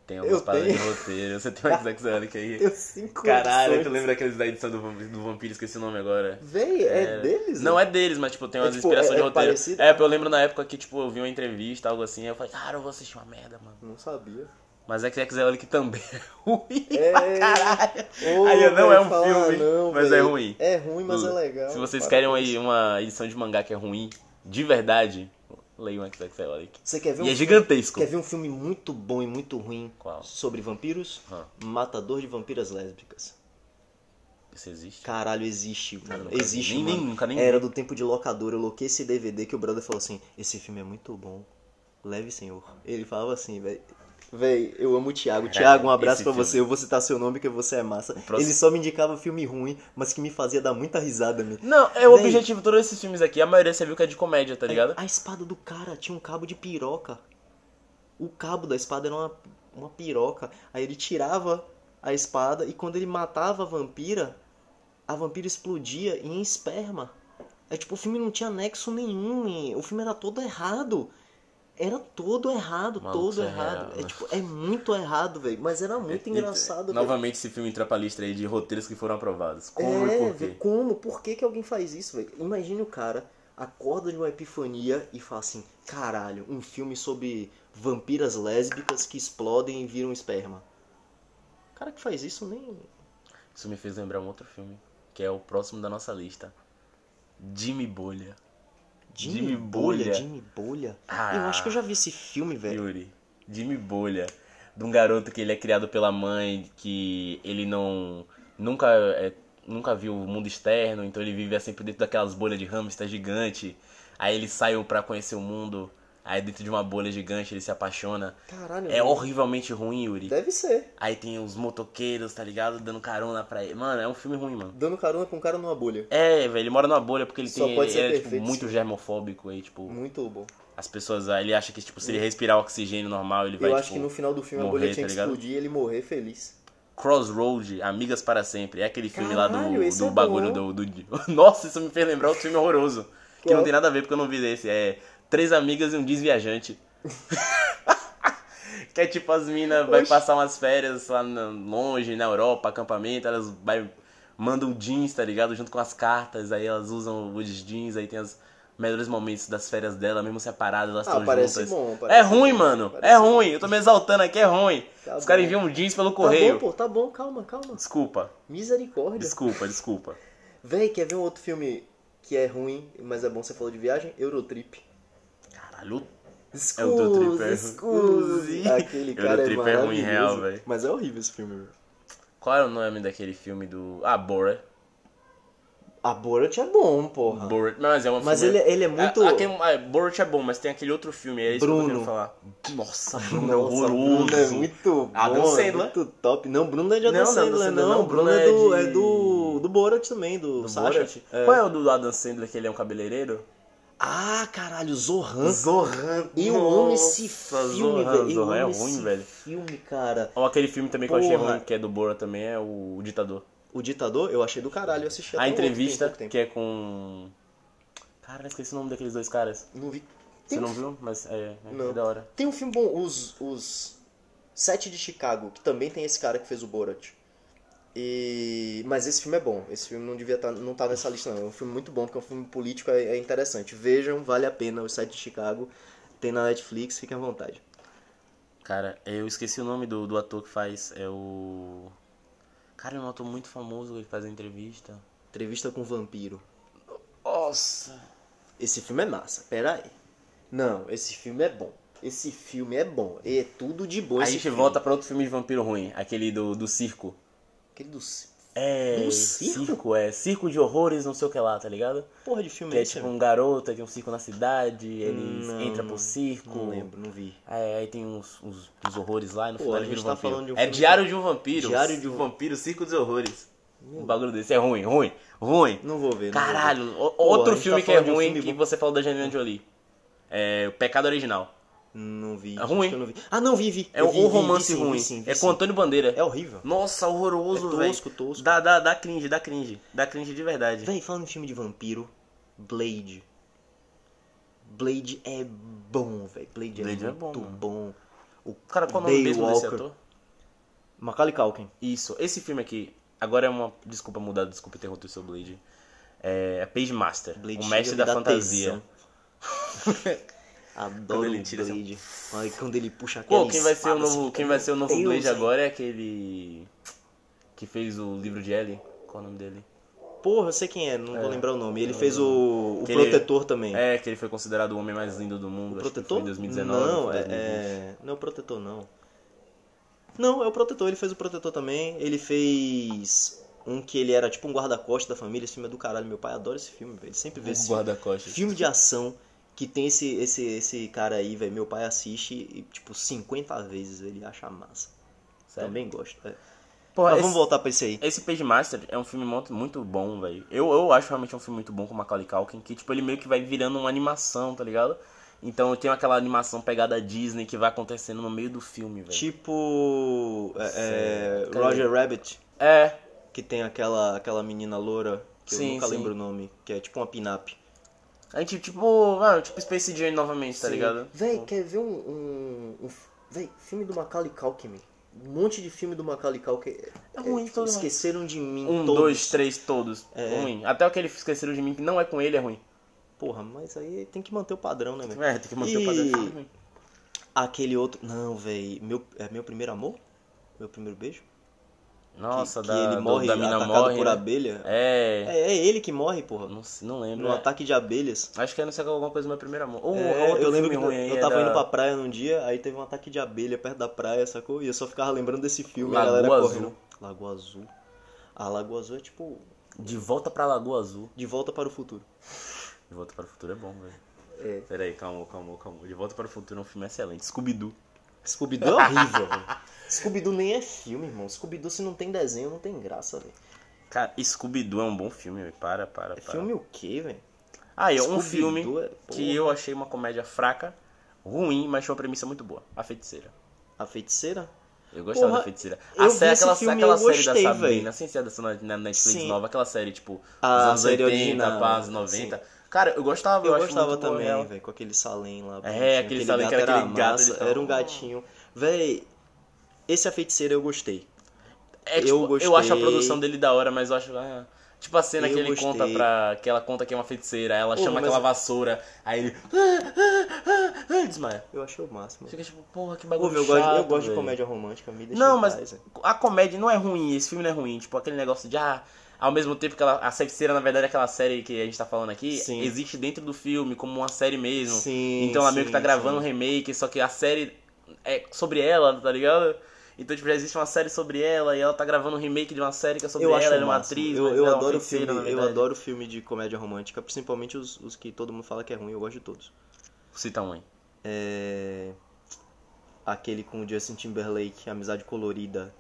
B: Tem algumas
A: Eu
B: paradas de
A: tenho.
B: roteiro. Você tem um o XXXelic aí?
A: eu cinco
B: Caralho,
A: opções.
B: tu lembra aqueles da edição do, Vamp- do Vampiro? Esqueci o nome agora.
A: Véi, é, deles?
B: Não é deles, mas tipo, tem
A: É,
B: umas
A: tipo,
B: inspirações
A: é-
B: de
A: é
B: roteiro.
A: parecido?
B: É, porque eu lembro na época que, tipo, eu vi uma entrevista, algo assim, aí eu falei, cara, eu vou assistir uma merda, mano.
A: Não sabia.
B: Mas é que que também é ruim.
A: É.
B: pra Caralho.
A: Ô,
B: aí eu, não
A: véi,
B: é um
A: fala,
B: filme,
A: não,
B: mas
A: véi.
B: é ruim.
A: É ruim, mas é legal.
B: Se vocês
A: Para
B: querem
A: com
B: aí
A: isso.
B: uma edição de mangá que é ruim, de verdade, leiam um XXLic.
A: Você quer ver um
B: E
A: filme-
B: é gigantesco.
A: Quer ver um filme muito bom e muito ruim
B: Qual?
A: sobre vampiros?
B: Ah.
A: Matador de vampiras lésbicas.
B: Isso existe?
A: Caralho, existe,
B: Eu
A: mano.
B: nunca vi.
A: Existe,
B: Nem- nem-
A: mano.
B: nunca nem
A: Era do tempo de locador. Eu loquei esse DVD que o brother falou assim: Esse filme é muito bom. Leve, senhor. Ele falava assim, velho. Véi, eu amo o Thiago.
B: Caralho,
A: Thiago, um abraço
B: esse
A: pra
B: filme.
A: você. Eu vou citar seu nome porque você é massa.
B: próximo-
A: Ele só me indicava filme ruim, mas que me fazia dar muita risada. Me...
B: Não, é o
A: Véi.
B: objetivo de todos esses filmes aqui. A maioria você viu que é de comédia, tá ligado?
A: A espada do cara tinha um cabo de piroca. O cabo da espada era uma, uma piroca. Aí ele tirava a espada e quando ele matava a vampira, a vampira explodia em esperma. É tipo, o filme não tinha nexo nenhum. hein? O filme era todo errado. Era todo errado,
B: Maluco, isso
A: todo
B: é
A: errado.
B: real,
A: é
B: né? É,
A: tipo, é muito errado, velho. Mas era muito
B: E-
A: engraçado, velho.
B: Novamente esse filme entra pra lista aí de roteiros que foram aprovados. Como
A: É,
B: e por
A: velho,
B: quê?
A: como? Por que, que alguém faz isso, velho? Imagine o cara acorda de uma epifania e fala assim: caralho, um filme sobre vampiras lésbicas que explodem e viram esperma. O cara que faz isso nem.
B: Isso me fez lembrar um outro filme, que é o próximo da nossa lista. Jimmy Bolha.
A: Jimmy,
B: Jimmy
A: Bolha.
B: Bolha.
A: Jimmy Bolha.
B: Ah.
A: Eu acho que eu já vi esse filme, velho.
B: Yuri. Jimmy Bolha. De um garoto que ele é criado pela mãe, que ele não. Nunca, é, nunca viu o mundo externo, é, então ele vive sempre dentro daquelas bolhas de hamster gigante. Aí ele saiu pra conhecer o mundo. Aí dentro de uma bolha gigante ele se apaixona.
A: Caralho,
B: É
A: mano.
B: horrivelmente ruim, Yuri.
A: Deve ser.
B: Aí tem os motoqueiros, tá ligado? Dando carona pra ele. Mano, é um filme ruim, mano.
A: Dando carona com um cara numa bolha.
B: É, velho, ele mora numa bolha porque ele
A: Só
B: tem.
A: pode
B: ele
A: ser
B: é, tipo,
A: perfeito,
B: muito germofóbico aí, tipo.
A: Muito bom.
B: As pessoas. Ele acha que, tipo, se ele respirar oxigênio normal, ele vai.
A: Eu acho
B: tipo,
A: que no final do filme a
B: morrer,
A: bolha tinha
B: tá
A: que
B: ligado?
A: explodir e ele morrer feliz.
B: Crossroad, Amigas para Sempre. É aquele filme lá
A: Caralho,
B: do,
A: esse
B: do
A: é
B: bagulho
A: bom.
B: do, do- Nossa, isso me fez lembrar outro filme horroroso. Que não
A: Qual?
B: tem nada a ver porque eu não vi esse. É Três Amigas e um Desviajante. que é tipo as minas vai
A: Oxi.
B: passar umas férias lá na- longe, na Europa, acampamento, elas vai, mandam jeans, tá ligado? Junto com as cartas, aí elas usam os jeans, aí tem os melhores momentos das férias dela, mesmo separadas, elas estão
A: Ah, parece
B: juntas.
A: bom.
B: É
A: parece
B: ruim,
A: bom.
B: mano.
A: Parece
B: É ruim. Eu tô me exaltando aqui, é ruim.
A: Tá
B: Os caras
A: bom.
B: enviam jeans pelo
A: Tá bom,
B: correio.
A: pô, tá bom, calma, calma.
B: Desculpa,
A: Misericórdia.
B: desculpa, desculpa.
A: Véi, quer ver um outro filme que é ruim, mas é bom você falou de viagem? Eurotrip.
B: Caralho, Eurotrip é
A: Scoozy,
B: ruim.
A: Scoozy. Aquele cara é
B: Eurotrip é ruim,
A: maravilhoso.
B: real, véi.
A: Mas é horrível esse filme. meu.
B: qual era o nome daquele filme do. Ah, Borat.
A: A Borat é bom, porra.
B: Borat. Mas é uma
A: Mas ele, ele é muito...
B: É, aquele- ah, Borat é bom, mas tem aquele outro filme, é isso que eu tô
A: Bruno.
B: querendo falar. Nossa, Bruno é
A: Nossa,
B: horroroso.
A: Bruno é muito bom,
B: Adam
A: é
B: Sandler.
A: muito top. Não, Bruno não é de Adam
B: Não, não é Adam
A: Sandler,
B: Sandler,
A: não.
B: não.
A: Bruno
B: Bruno
A: é
B: é
A: do, é
B: de-
A: do, do Borat também, do,
B: Do
A: Sacha.
B: Borat?
A: É.
B: Qual é o do Adam Sandler que ele é um cabeleireiro?
A: Ah, caralho, Zohan.
B: Zohan.
A: Eu amo esse
B: Nossa,
A: filme,
B: Zohan,
A: velho. Eu
B: Zohan é
A: amo
B: ruim,
A: esse
B: velho.
A: filme, cara.
B: Ou aquele filme também que eu achei
A: Porra.
B: ruim, que é do Borat também, é o, o Ditador.
A: O Ditador, eu achei do caralho. Eu assisti até
B: A
A: o outro, tem
B: entrevista,
A: pouco tempo.
B: que é com. Cara, esqueci o nome daqueles dois caras.
A: Não vi.
B: Você
A: Tem,
B: não
A: um,
B: viu? Mas é, é
A: Não.
B: da hora.
A: tem um filme bom, os, os Sete de Chicago, que também tem esse cara que fez o Borat. E... Mas esse filme é bom. Esse filme não devia tá, não tá nessa lista, não. É um filme muito bom, porque é um filme político, é, é interessante. Vejam, vale a pena. Os Sete de Chicago tem na Netflix, fiquem à vontade.
B: Cara, eu esqueci o nome do, do ator que faz. É o. Cara, é um ator muito famoso que faz entrevista.
A: Entrevista com o Vampiro.
B: Nossa!
A: Esse filme é massa, pera aí. Não, esse filme é bom. Esse filme é bom. E é tudo de bom.
B: Aí a
A: esse
B: gente
A: filme.
B: volta pra outro filme de vampiro ruim, aquele do, do circo.
A: Aquele do... c-
B: É.
A: Do circo?
B: é. Circo de horrores, não sei o que lá, tá ligado?
A: Porra de filme
B: Que
A: é
B: é
A: esse?
B: tipo
A: velho?
B: um garoto, aí tem um circo na cidade, eles
A: Não,
B: entram pro circo.
A: Não lembro, não vi.
B: Aí, aí tem uns, uns, uns horrores lá e no
A: Pô,
B: final
A: a
B: ele
A: gente
B: vira um
A: tá
B: vampiro.
A: falando de um
B: é
A: filme-
B: Diário de um Vampiro.
A: Diário de um-
B: um Vampiro, Circo dos Horrores. Um bagulho desse. É ruim, ruim, ruim.
A: Não vou ver. não vou ver.
B: Caralho, o-
A: Pô, a
B: outro
A: gente
B: filme
A: tá
B: que é
A: falando de um
B: ruim
A: filme
B: que
A: bom.
B: você falou da Angelina Jolie. É o Pecado Original.
A: Não vi.
B: É ruim.
A: acho que eu não vi. Ah, não, vi, vi.
B: É
A: Eu
B: um
A: vi, vi,
B: romance
A: vi sim, vi
B: ruim.
A: sim, vi
B: é
A: sim.
B: com Antônio Bandeira.
A: É horrível.
B: Nossa, horroroso,
A: É
B: velho.
A: tosco, tosco.
B: Dá, dá, dá cringe, dá cringe. Dá cringe de verdade.
A: Véi, falando em filme de vampiro, Blade. Blade é bom, velho. Blade,
B: Blade
A: é
B: é
A: muito
B: bom, mano.
A: bom. O
B: Cara, qual o nome mesmo desse
A: Daywalker.
B: ator?
A: Macaulay Culkin.
B: Isso, esse filme aqui, agora é uma. Desculpa mudar, desculpa interromper o seu Blade. É, é Page Master,
A: Blade
B: o
A: chega
B: mestre
A: me
B: da
A: dá
B: fantasia.
A: tesão. Adoro
B: Quando ele
A: o
B: tira assim,
A: Blade. Ai, quando ele puxa aquela
B: Pô, quem vai ser o
A: espada,
B: novo,
A: assim,
B: quem vai ser o novo
A: meu
B: Blade
A: Deus,
B: agora é aquele que fez o livro de Ellie. Qual é o nome dele?
A: Porra, eu sei quem é, não vou lembrar o nome. Ele fez o, o
B: Aquele-
A: Protetor também.
B: É, que ele foi considerado o homem mais lindo do mundo.
A: O
B: acho que
A: protetor?
B: foi em 2019.
A: não,
B: foi
A: é,
B: 2020.
A: é- Não é o protetor, não. Não, é o protetor. Ele fez o protetor também. Ele fez um que ele era tipo um guarda-costas da família. Esse filme é do caralho. Meu pai adora esse filme, velho. Ele sempre vê esse
B: O
A: filme.
B: Um guarda-costas.
A: Filme de ação que tem esse, esse, esse cara aí, velho. Meu pai assiste, e, tipo, 50 vezes. Ele acha massa.
B: Sério?
A: Também gosto. é.
B: Pô,
A: Mas
B: esse,
A: vamos voltar pra esse aí.
B: esse Page Master é um filme muito, muito bom, velho. Eu, eu acho realmente um filme muito bom com o Macaulay Culkin, que tipo, ele meio que vai virando uma animação, tá ligado? Então tem aquela animação pegada Disney que vai acontecendo no meio do filme, velho.
A: Tipo. é, é,
B: Sei.
A: Roger Rabbit.
B: É,
A: Que tem aquela, aquela menina loura, que eu
B: Sim,
A: nunca
B: sim.
A: lembro o nome, que é tipo uma pin-up.
B: a gente tipo, mano, tipo Space Jam novamente, tá ligado?
A: Véi, quer ver um. um, um f- véi, filme do Macaulay Culkin, meu. Um monte de filme do Macaulay Culkin. tipo,
B: É ruim, todo mundo.
A: Esqueceram de mim.
B: Um,
A: né? todos. É.
B: dois, três, todos. Ruim. Até o que ele esqueceram de mim, que não é com ele, é ruim.
A: Porra, mas aí tem que manter o padrão, né, meu?
B: É, tem que manter o
A: E-
B: padrão. Filme ruim.
A: Aquele outro. Não, véi. Meu, é meu primeiro amor? Meu primeiro beijo?
B: Nossa,
A: que
B: da,
A: ele
B: do-
A: morre
B: da mina
A: atacado
B: morre.
A: por
B: né?
A: abelha.
B: É.
A: É, é ele que morre, porra.
B: Não, sei- não lembro.
A: Num
B: é.
A: ataque de abelhas.
B: Acho que é não sei qual, alguma coisa do meu primeiro amor. Ou
A: É,
B: outro
A: eu lembro que
B: filme ruim aí.
A: eu tava
B: era
A: indo pra praia num dia, aí teve um ataque de abelha perto da praia, sacou? E eu só ficava lembrando desse filme, a
B: Lagoa
A: galera
B: Azul.
A: correndo. Lagoa Azul. A Lagoa Azul é tipo
B: De Volta pra Lagoa Azul.
A: De Volta para o Futuro.
B: De Volta para o Futuro é bom, velho.
A: É.
B: Peraí, calma, calma, calma. De Volta para o Futuro é um filme excelente. Scooby-Doo.
A: Scooby-Doo é horrível, velho. Scooby-Doo nem é filme, irmão. Scooby-Doo, se não tem desenho, não tem graça, velho.
B: Cara, Scooby-Doo é um bom filme, velho. Para, para, para.
A: É Filme o quê, velho?
B: Ah, é Tá. um
A: Scooby-Doo
B: filme
A: é-
B: que eu achei uma comédia fraca, ruim, mas tinha uma premissa muito boa. A Feiticeira.
A: A Feiticeira?
B: Eu gostava
A: Porra,
B: da Feiticeira.
A: eu
B: A
A: vi
B: série,
A: esse
B: aquela,
A: filme e
B: aquela
A: eu
B: série
A: gostei,
B: da
A: véi.
B: Sabrina, sem ser dessa na, na Netflix
A: Sim.
B: nova, aquela série, tipo,
A: A
B: dos anos
A: série
B: 80,
A: original,
B: pá, anos 90. Cara, eu gostava,
A: Eu,
B: acho
A: gostava
B: muito boa
A: também,
B: ela.
A: velho, com aquele Salem lá.
B: É,
A: bonitinho,
B: aquele Salem que era
A: gato
B: aquele gato,
A: massa,
B: ele tava-
A: Era um gatinho. Véi, esse A Feiticeira eu gostei.
B: É,
A: Eu
B: tipo, eu,
A: gostei.
B: acho a produção dele da hora, mas eu acho. ah, tipo a cena
A: Eu
B: que ele
A: gostei.
B: conta pra. Que ela conta que é uma feiticeira, aí ela
A: Porra,
B: chama
A: mas-
B: aquela vassoura, aí ele. ah, ah, ah, ah, desmaia.
A: Eu achei o máximo.
B: Fica tipo, porra, que bagulho.
A: Pô, meu, eu gosto, eu
B: chato,
A: gosto de
B: velho.
A: comédia romântica, me deixa
B: Não,
A: em
B: mas
A: paz, assim. velho.
B: a comédia não é ruim, esse filme não é ruim. Tipo, aquele negócio de, ah, ao mesmo tempo que ela, a feiticeira, na verdade, é aquela série que a gente tá falando aqui,
A: Sim.
B: existe dentro do filme como uma série mesmo.
A: Sim,
B: então ela meio que tá
A: sim,
B: gravando um
A: sim.
B: remake, só que a série é sobre ela, tá ligado? Então, tipo, já existe uma série sobre ela e ela tá gravando um remake de uma série que é sobre
A: Eu
B: ela,
A: acho
B: ela
A: o
B: é uma
A: máximo.
B: atriz,
A: Eu,
B: mas
A: eu
B: ela é uma
A: adoro
B: feiticeira, na
A: filme, eu
B: verdade.
A: adoro filme de comédia romântica, principalmente os, os que todo mundo fala que é ruim, eu gosto de todos.
B: Cita um aí.
A: É, Aquele com o Justin Timberlake, Amizade Colorida.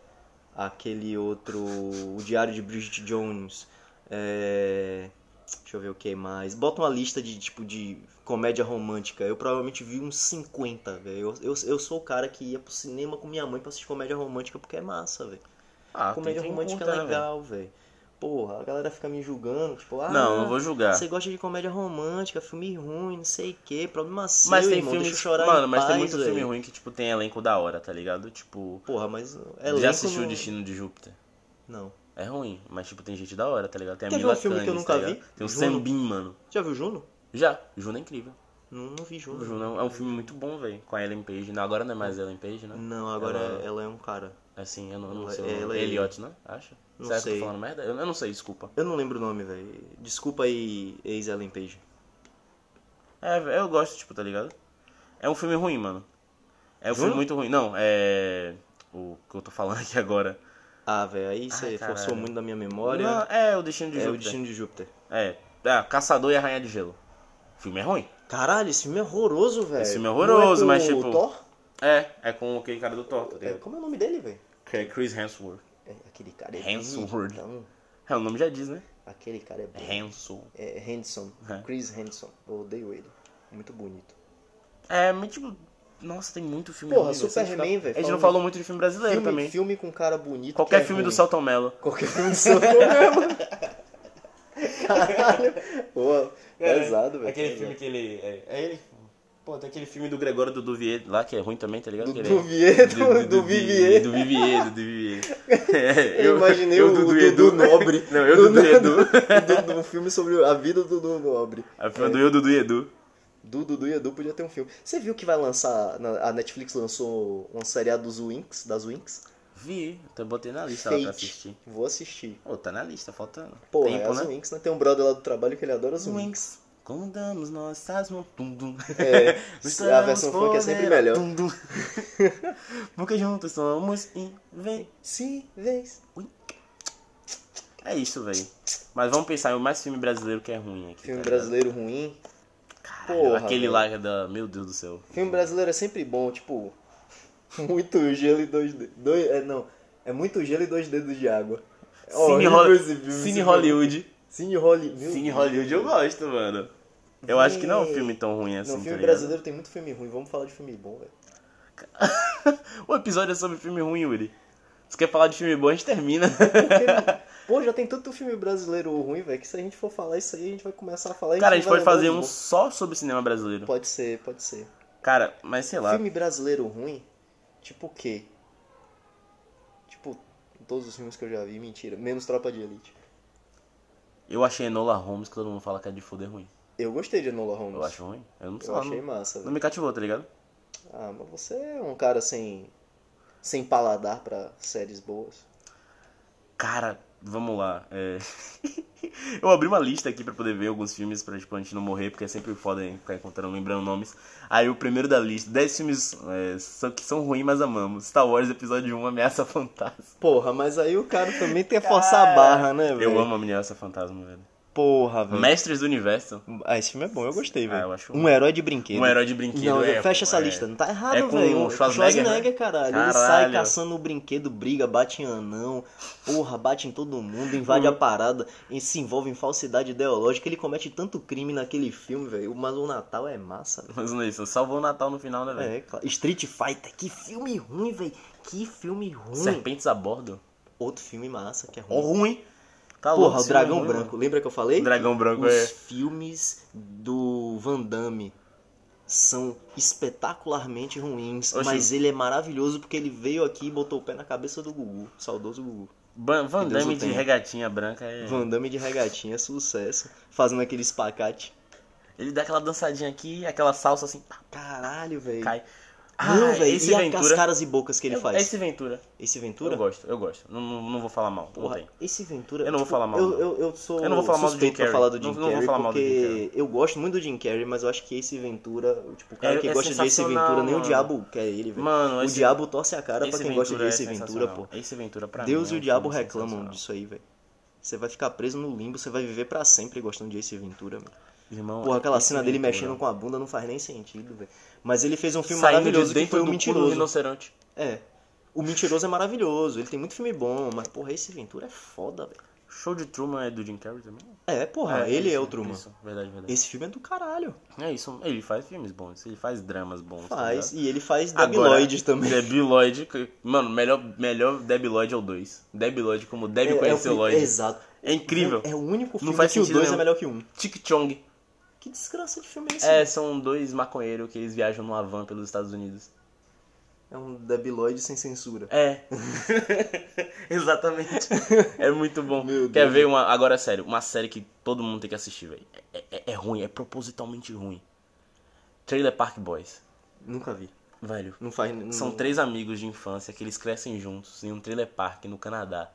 A: Aquele outro, O Diário de Bridget Jones. é, Deixa eu ver o que mais. Bota uma lista de tipo de comédia romântica. Eu provavelmente vi uns 50, velho. Eu, eu, eu sou o cara que ia pro cinema com minha mãe pra assistir comédia romântica porque é massa, velho.
B: Ah,
A: Comédia
B: tem- tem
A: romântica
B: conta,
A: é
B: né,
A: legal, velho. Porra, a galera fica me julgando, tipo, ah,
B: velho? Não, não vou julgar.
A: você gosta de comédia romântica, filme ruim, não sei o que, problema seu,
B: Mas tem
A: irmão,
B: filme.
A: deixa eu chorar
B: Mano,
A: em
B: mas
A: paz,
B: tem muito
A: velho.
B: filme ruim que, tipo, tem elenco da hora, tá ligado? Tipo.
A: Porra, mas é
B: já
A: elenco
B: assistiu
A: não...
B: O Destino de Júpiter?
A: Não.
B: É ruim, mas tipo, tem gente da hora, tá ligado? Tem a
A: Teve
B: Mila
A: um filme que eu
B: Kunis,
A: nunca
B: tá ligado?
A: vi,
B: Tem o
A: Juno.
B: Sam Bean, mano.
A: Já viu Juno?
B: Já, Juno é incrível.
A: Não, não vi
B: O
A: Juno.
B: Juno é um- é um filme muito bom, velho. Com a Ellen Page. Não, agora não é mais Ellen Page, né?
A: Não, agora
B: Ela-
A: ela... é um cara.
B: Assim, eu não, não
A: Ela-
B: sei. o nome.
A: ela é-
B: Elliot, né? Acha?
A: Não
B: Será que eu
A: sei.
B: tô falando merda? Eu, eu não sei, desculpa.
A: Eu não lembro o nome, velho. Desculpa aí, ex-Ellen Page.
B: É, véi, eu gosto, tipo, tá ligado? É um filme ruim, mano. É um
A: Juno?
B: filme muito ruim. Não, é. O que eu tô falando aqui agora.
A: Ah, velho, aí
B: Ai,
A: você
B: caralho.
A: forçou muito da minha memória.
B: Não, é o Destino de
A: é o
B: Júpiter.
A: Destino de Júpiter.
B: É, é, Caçador e a Rainha de Gelo. O filme é ruim.
A: Caralho, esse filme é horroroso, velho.
B: Esse filme é
A: Não
B: horroroso,
A: com o
B: mas, tipo,
A: Thor?
B: É, é com aquele cara do Thor, tá
A: É,
B: ligado?
A: como é o nome dele, velho?
B: Que é Chris Hemsworth.
A: É, Aquele cara é
B: Hemsworth.
A: bonitão.
B: É, o nome já diz, né?
A: Aquele cara é bom.
B: Hanson.
A: É Hanson.
B: É.
A: Chris Hanson. Eu odeio ele. Muito bonito.
B: É, mas tipo, nossa, tem muito filme
A: Porra,
B: ruim, velho. Se a gente
A: Superman,
B: ficar-
A: velho,
B: A gente
A: falando-
B: não falou muito de filme brasileiro
A: Filme,
B: também.
A: filme com cara bonito.
B: Qualquer
A: que é
B: filme do
A: ruim.
B: Celton Mello.
A: Qualquer filme do Celton Mello. Caralho. Pô, É pesado, velho.
B: É,
A: tá
B: Aquele filme que ele. É, é ele? Pô, tem aquele filme do Gregório do Duvier lá que é ruim também, tá ligado?
A: Do
B: Que ele-
A: Duvier, do, do, Vivier.
B: Do Vivier, do Vivier. É,
A: Eu imaginei o
B: Dudu
A: Dudu
B: Edu.
A: Nobre.
B: Não, eu Dudu Edu.
A: Edu. Um filme sobre a vida do Dudu Nobre.
B: A filme do Eu, Dudu e Edu.
A: Do Dudu e Edu podia ter um filme. Você viu que vai lançar. na- A Netflix lançou um seriado dos Winx, das Winx?
B: Ah, Vi, tá, eu botei na lista lá pra assistir.
A: Fate. Vou assistir.
B: Pô, tá na lista, falta
A: Pô, é
B: tempo,
A: as
B: né?
A: Winx, né? Tem um brother lá do trabalho que ele adora as Winx.
B: Wings. Como damos nossas mãos. Dum, dum.
A: É, a
B: Estamos
A: versão funk é sempre
B: poderosos.
A: melhor.
B: Dum, dum. Porque juntos somos invencíveis. Ui. É isso, velho. Mas vamos pensar em mais filme brasileiro que é ruim aqui.
A: Filme
B: tá ligado?
A: brasileiro ruim.
B: Caralho,
A: Porra,
B: aquele
A: velho.
B: lá que é da. Meu Deus do céu.
A: Filme brasileiro é sempre bom, tipo. Muito gelo e dois dedos. Dois, é, não. É muito gelo e dois dedos de água. É
B: Cine,
A: horrível
B: Hol-
A: esse filme,
B: Cine
A: esse
B: Hollywood.
A: filme. Cine Hollywood.
B: Cine Hollywood eu gosto, mano. Eu acho que não é um filme tão ruim assim,
A: Não,
B: tá
A: filme
B: ligado?
A: brasileiro tem muito filme ruim. Vamos falar de filme bom, velho.
B: O episódio é sobre filme ruim, Yuri. Você quer falar de filme bom, a gente termina.
A: Porque, Pô, já tem tanto filme brasileiro ruim, velho, que se a gente for falar isso aí, a gente vai começar a falar e
B: Cara,
A: não
B: a gente
A: vai
B: pode
A: lembrar
B: fazer
A: dos
B: um
A: bons.
B: só sobre cinema brasileiro.
A: Pode ser, pode ser.
B: Cara, mas sei lá.
A: Filme brasileiro ruim? Tipo o quê? Tipo, todos os filmes que eu já vi, mentira. Menos Tropa de Elite.
B: Eu achei Enola Holmes, que todo mundo fala que é de foder ruim.
A: Eu gostei de Enola Holmes.
B: Eu acho ruim. Eu não sei
A: Eu
B: lá.
A: achei
B: Não,
A: massa,
B: não
A: velho.
B: me cativou, tá ligado?
A: Ah, mas você é um cara sem, sem paladar pra séries boas.
B: Cara, vamos lá. é. Eu abri uma lista aqui pra poder ver alguns filmes pra tipo, a gente não morrer, porque é sempre foda hein, ficar encontrando, lembrando nomes. Aí o primeiro da lista, 10 filmes é, são- que são ruins, mas amamos. Star Wars Episódio 1, Ameaça Fantasma.
A: Porra, mas aí o cara também tem que forçar a barra, né, velho?
B: Eu amo Ameaça Fantasma, velho.
A: Porra, velho.
B: Mestres do Universo.
A: Ah, esse filme é bom, eu gostei,
B: Ah, eu
A: velho.
B: acho
A: Um herói de brinquedo.
B: Um herói de brinquedo.
A: Não,
B: é,
A: fecha essa
B: é.
A: lista. Não tá errado,
B: É com
A: velho.
B: o Schwarzenegger, né?
A: Schwarzenegger, caralho. Ele sai
B: Caralho.
A: caçando o brinquedo, briga, bate em anão. Porra, bate em todo mundo, invade
B: Hum.
A: a parada. E se envolve em falsidade ideológica. Ele comete tanto crime naquele filme, velho. Mas o Natal é massa, velho.
B: Mas não é isso, salvou o Natal no final, né, velho?
A: É, claro. Street Fighter. Que filme ruim, velho. Que filme ruim.
B: Uhum. Serpentes a bordo?
A: Outro filme massa que é
B: Ó,
A: ruim.
B: ruim! Tá louco,
A: Porra, o
B: esse
A: Dragão
B: filme é ruim,
A: Branco. Lembra que eu falei?
B: mano. Dragão Branco
A: Os
B: é.
A: filmes do Van Damme são espetacularmente ruins,
B: Oxi.
A: mas ele é maravilhoso porque ele veio aqui e botou o pé na cabeça do Gugu, saudoso Gugu.
B: Ban- Van
A: Que Deus
B: Damme
A: o
B: de
A: tenha.
B: regatinha branca é.
A: Van Damme de regatinha, é sucesso, fazendo aquele espacate.
B: Ele dá aquela dançadinha aqui, aquela salsa assim, pá,
A: Caralho, velho.
B: cai. Ah,
A: Não, velho,
B: esse
A: e a- as
B: Ventura.
A: caras e bocas que ele
B: Eu-
A: faz.
B: Esse Ventura.
A: Esse
B: Eu
A: Ventura?
B: gosto, eu gosto. Não, não, não vou falar mal. não
A: Porra,
B: tem.
A: esse Ventura.
B: Eu não vou falar mal,
A: Eu,
B: não.
A: eu, eu sou
B: Eu não vou falar mal do
A: suspeito
B: Jim
A: pra
B: Carrey.
A: falar do Jim
B: Não- não vou
A: Carrey,
B: falar mal do Jim
A: porque
B: Carrey.
A: eu gosto muito do Jim Carrey, mas eu acho que esse Ventura, tipo, o cara
B: É-
A: que
B: é
A: gosta de Ace
B: sensacional,
A: Ventura, nem o
B: mano.
A: diabo quer ele, velho.
B: Mano,
A: O
B: esse,
A: diabo torce a cara pra
B: esse
A: quem gosta de
B: Ventura é
A: Ace Ventura, pô.
B: sensacional. Esse Ventura pra
A: Deus
B: mim é
A: e o
B: um
A: diabo
B: filme
A: reclamam
B: sensacional.
A: disso aí, velho. Você vai ficar preso no limbo, você vai viver pra sempre gostando de Ace Ventura, meu.
B: Irmão,
A: Porra, aquela
B: Ace
A: cena dele
B: é Ventura.
A: mexendo com a bunda não faz nem sentido, velho. Mas ele fez um filme
B: Saindo
A: maravilhoso
B: de
A: que
B: dentro
A: foi o
B: do cu do
A: Mentiroso.
B: rinoceronte.
A: É. O Mentiroso é maravilhoso, ele tem muito filme bom, mas porra, Ace Ventura é foda, velho.
B: Show de Truman é do Jim Carrey também?
A: É, porra, ele é o
B: isso,
A: Truman.
B: Isso, verdade, verdade.
A: Esse filme é do caralho.
B: É isso, ele faz filmes bons, ele faz dramas bons. tá
A: Faz.
B: ligado?
A: E ele faz
B: Agora,
A: Debiloid também.
B: Debbie Lloyd, que- mano, melhor, melhor Debbie Lloyd é o 2. Debbie Lloyd, como Debbie
A: É, o
B: conheceu
A: filme-
B: Lloyd.
A: Exato.
B: É incrível.
A: É o único filme
B: faz
A: que o
B: sentido
A: 2 é
B: nenhum.
A: melhor que o 1. Um.
B: Tic Chong.
A: Que desgraça de filme é esse?
B: É, são dois maconheiros que eles viajam numa van pelos Estados Unidos.
A: É um Debiloid sem censura.
B: É. Exatamente. É muito bom.
A: Meu
B: Quer
A: Deus.
B: ver uma. Agora, sério, uma série que todo mundo tem que assistir, velho. É, é- é ruim, é propositalmente ruim. Trailer Park Boys.
A: Nunca vi.
B: Velho.
A: Não faz. Não...
B: São três amigos de infância que eles crescem juntos em um trailer park no Canadá.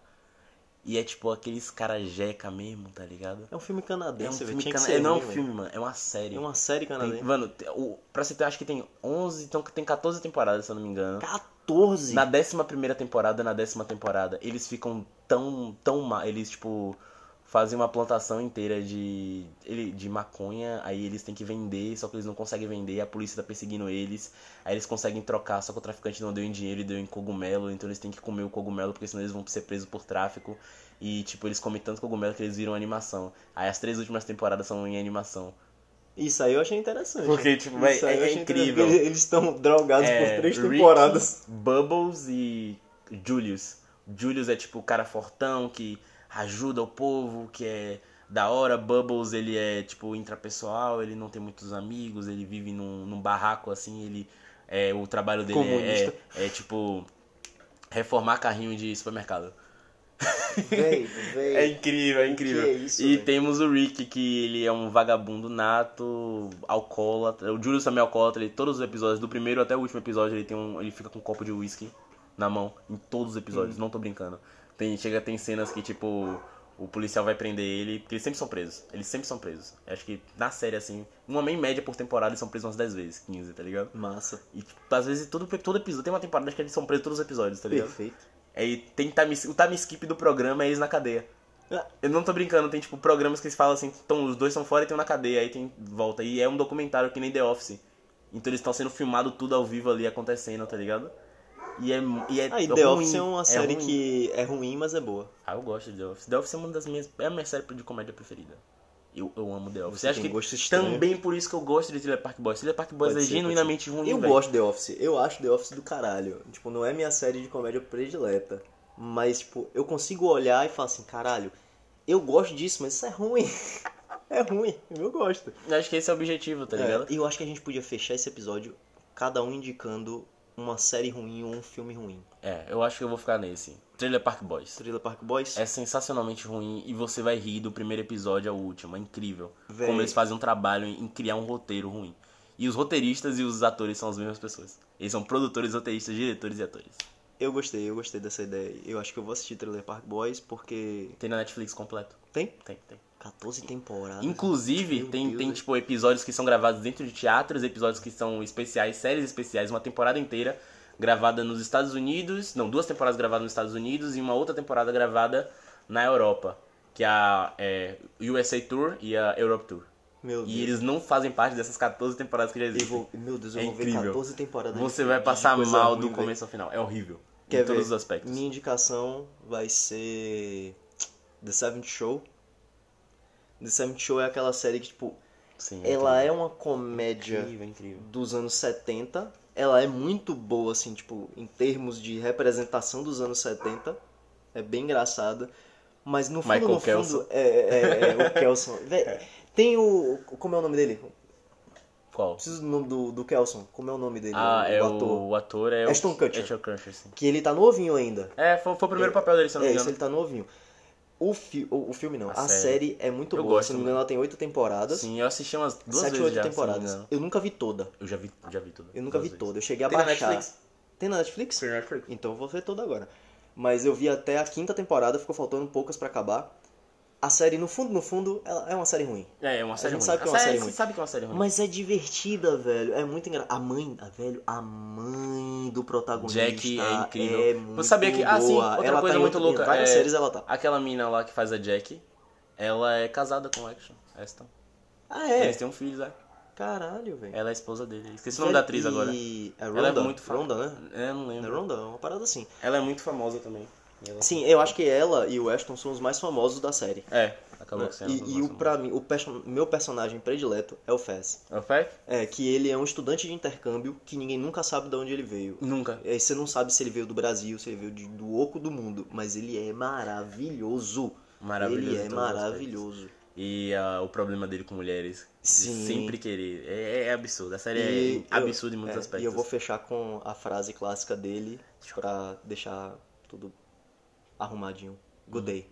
B: E é tipo aqueles caras jeca mesmo, tá ligado?
A: É um filme canadense,
B: É um
A: velho.
B: filme
A: Tinha que
B: cana-
A: ser
B: é, não é um
A: ruim, velho.
B: filme, mano. É uma série.
A: É uma série
B: Tem,
A: canadense.
B: mano, te- o, pra você ter, acho que tem 11, então tem 14 temporadas, se eu não me engano.
A: 14.
B: Na décima primeira temporada, na décima temporada, eles ficam tão, tão mal. Eles, tipo, fazem uma plantação inteira de, ele- de maconha, aí eles têm que vender, só que eles não conseguem vender, a polícia tá perseguindo eles, aí eles conseguem trocar, só que o traficante não deu em dinheiro e deu em cogumelo, então eles têm que comer o cogumelo, porque senão eles vão ser presos por tráfico. E, tipo, eles comem tanto cogumelo que eles viram animação. Aí as três últimas temporadas são em animação.
A: Isso aí eu achei interessante.
B: Porque, tipo, véi,
A: Isso aí
B: é-
A: eu
B: é
A: achei interessante,
B: incrível.
A: porque Eles estão drogados
B: É,
A: por três
B: Ricky,
A: temporadas.
B: Bubbles e Julius. Julius é tipo o cara fortão que ajuda o povo, que é da hora. Bubbles, ele é tipo intrapessoal, ele não tem muitos amigos, ele vive num, num barraco assim, ele é o trabalho dele é,
A: Comunista.
B: é, é, tipo reformar carrinho de supermercado.
A: Véi, véi.
B: É incrível, é
A: que
B: incrível.
A: é isso,
B: e
A: velho?
B: temos o Rick, que ele é um vagabundo nato, alcoólatra. O Julius também é alcoólatra, ele, todos os episódios, do primeiro até o último episódio, ele tem um. ele fica com um copo de whisky na mão. Em todos os
A: Hum.
B: episódios, não tô brincando. Tem, chega, tem cenas que, tipo, o policial vai prender ele, porque eles sempre são presos. Eles sempre são presos. Eu acho que na série, assim, uma em média por temporada, eles são presos umas 10 vezes, 15, tá ligado?
A: Massa.
B: E, tipo, às vezes todo, todo episódio. Tem uma temporada que eles são presos todos os episódios, tá ligado?
A: Perfeito.
B: Aí tem time, o time skip do programa é eles na cadeia.
A: Ah.
B: Eu não tô brincando, tem tipo programas que eles falam assim, então os dois são fora e tem um na cadeia, aí tem volta. E é um documentário que nem The Office. Então eles estão sendo filmado tudo ao vivo ali acontecendo, tá ligado? E é, e é
A: Ah, e
B: ruim,
A: The Office é uma série
B: ruim.
A: que é ruim, mas é boa.
B: Ah, eu gosto de The Office. The Office é uma das minhas. É a minha série de comédia preferida. Eu, eu amo The Office.
A: Você
B: acho
A: tem
B: que
A: gosto estranho.
B: também por isso que eu gosto de Thriller Park Boys. Thriller Park Boys
A: Pode
B: é
A: ser, pode
B: genuinamente ruim,
A: Eu
B: velho.
A: gosto de The Office, eu acho The Office do caralho. Tipo, não é minha série de comédia predileta. Mas, tipo, eu consigo olhar e falar assim, caralho, eu gosto disso, mas isso é ruim. é ruim, eu gosto.
B: Eu acho que esse é o objetivo, tá ligado?
A: É, E eu acho que a gente podia fechar esse episódio, cada um indicando uma série ruim ou um filme ruim.
B: É, eu acho que eu vou ficar nesse. Thriller Park Boys.
A: Thriller Park Boys?
B: É sensacionalmente ruim e você vai rir do primeiro episódio ao último. É incrível.
A: Véi.
B: Como eles fazem um trabalho em em criar um roteiro ruim. E os roteiristas e os atores são as mesmas pessoas. Eles são produtores, roteiristas, diretores e atores.
A: Eu gostei, eu gostei dessa ideia. Eu acho que eu vou assistir Thriller Park Boys porque
B: Tem na Netflix completo.
A: tem
B: Tem, tem.
A: 14 temporadas.
B: Inclusive,
A: Meu
B: tem,
A: Deus,
B: tem
A: é.
B: tipo episódios que são gravados dentro de teatros, episódios que são especiais, séries especiais, uma temporada inteira gravada nos Estados Unidos, não, duas temporadas gravadas nos Estados Unidos e uma outra temporada gravada na Europa. que é a é, USA Tour e a Europe Tour.
A: Meu
B: E
A: Deus.
B: eles não fazem parte dessas 14 temporadas que já
A: Eu
B: existem.
A: vou- meu Deus, eu
B: É
A: vou ver
B: incrível.
A: 14 temporadas.
B: Você
A: de-
B: vai
A: de
B: passar
A: coisa
B: mal
A: ruim,
B: do
A: velho.
B: começo ao final. É horrível.
A: Quer
B: em todos
A: ver?
B: os aspectos.
A: Minha indicação vai ser The Seventh Show. The Seventh Show é aquela série que, tipo,
B: Sim,
A: ela é
B: incrível.
A: uma comédia
B: incrível, incrível.
A: dos anos 70. Ela é muito boa, assim, tipo, em termos de representação dos anos 70. É bem engraçada. Mas no fundo,
B: Michael
A: no
B: Kelson.
A: fundo, é, é- é o Kelson. Vé, Tem o. Como é o nome dele?
B: Qual?
A: Preciso do nome do, do Kelson. Como é o nome dele?
B: Ah,
A: o,
B: é
A: ator.
B: o, o ator é
A: Ashton
B: o
A: Kutcher.
B: Ashton Kutcher, sim.
A: Que ele tá novinho ainda.
B: É, foi, foi o primeiro
A: É,
B: papel dele, se eu não
A: É,
B: me
A: isso
B: engano.
A: ele tá novinho. O, fi o, o filme não,
B: A
A: a, série. é muito
B: Eu
A: boa.
B: gosto,
A: se não me
B: mano.
A: engano, ela tem oito temporadas.
B: Sim, eu assisti umas duas
A: sete ou
B: vezes
A: oito
B: já. se não me
A: temporadas.
B: engano.
A: eu nunca vi toda.
B: Eu já vi, já vi tudo.
A: Eu nunca
B: Duas
A: vi
B: vezes.
A: toda. Eu cheguei a
B: Tem na
A: baixar.
B: Netflix?
A: Tem na Netflix?
B: Tem na Netflix.
A: Então eu vou ver toda agora. Mas eu vi até a quinta temporada, ficou faltando poucas pra acabar. A série, no fundo, no fundo, ela é uma série ruim.
B: É, é uma série
A: gente
B: ruim.
A: sabe que é uma
B: A
A: série
B: você
A: ruim.
B: sabe que é uma série ruim.
A: Mas é divertida, velho. É muito engraçado. A mãe, a velho, a mãe do protagonista.
B: Jack é incrível.
A: É
B: Você
A: muito
B: sabia que-
A: Boa.
B: ah, sim, outra
A: ela
B: coisa
A: tá em
B: muito
A: outro- em
B: louca,
A: Várias
B: é-
A: séries ela tá.
B: Aquela mina lá que faz a Jack, ela é casada com o Action. Aston.
A: Ah, é?
B: Eles têm um filho, Zé.
A: Caralho, velho.
B: Ela é a esposa dele. Esqueci o nome da atriz agora.
A: E... É
B: Ela
A: Ronda?
B: é muito fa-
A: Ronda, né?
B: É, eu não
A: É
B: lembro.
A: Ronda, é uma parada assim.
B: Ela é muito famosa também. E ela-
A: Sim, eu acho que ela e o Ashton são os mais famosos da série. né?
B: É, acabou que sendo.
A: E, e o, pra mim, o person- meu personagem predileto é o Fez.
B: É o Fife?
A: É, que ele é um estudante de intercâmbio que ninguém nunca sabe de onde ele veio.
B: Nunca.
A: E aí você não sabe se ele veio do Brasil, se ele veio de- do oco do mundo, mas ele é maravilhoso.
B: Maravilhoso
A: Ele
B: em
A: é
B: todos os aspectos.
A: maravilhoso.
B: E ah, o problema dele com mulheres. de
A: Sim.
B: Sempre querer. É, é absurdo. A série
A: E
B: é absurda em muitos
A: é,
B: aspectos.
A: E eu vou fechar com a frase clássica dele pra deixar tudo arrumadinho. Good day.
B: Uhum.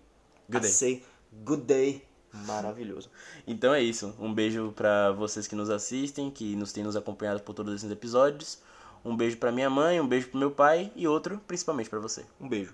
B: Good day.
A: I say good day. Maravilhoso.
B: Então é isso. Um beijo pra vocês que nos assistem, que nos têm nos acompanhado por todos esses episódios. Um beijo pra minha mãe, um beijo pro meu pai e outro principalmente pra você.
A: Um beijo.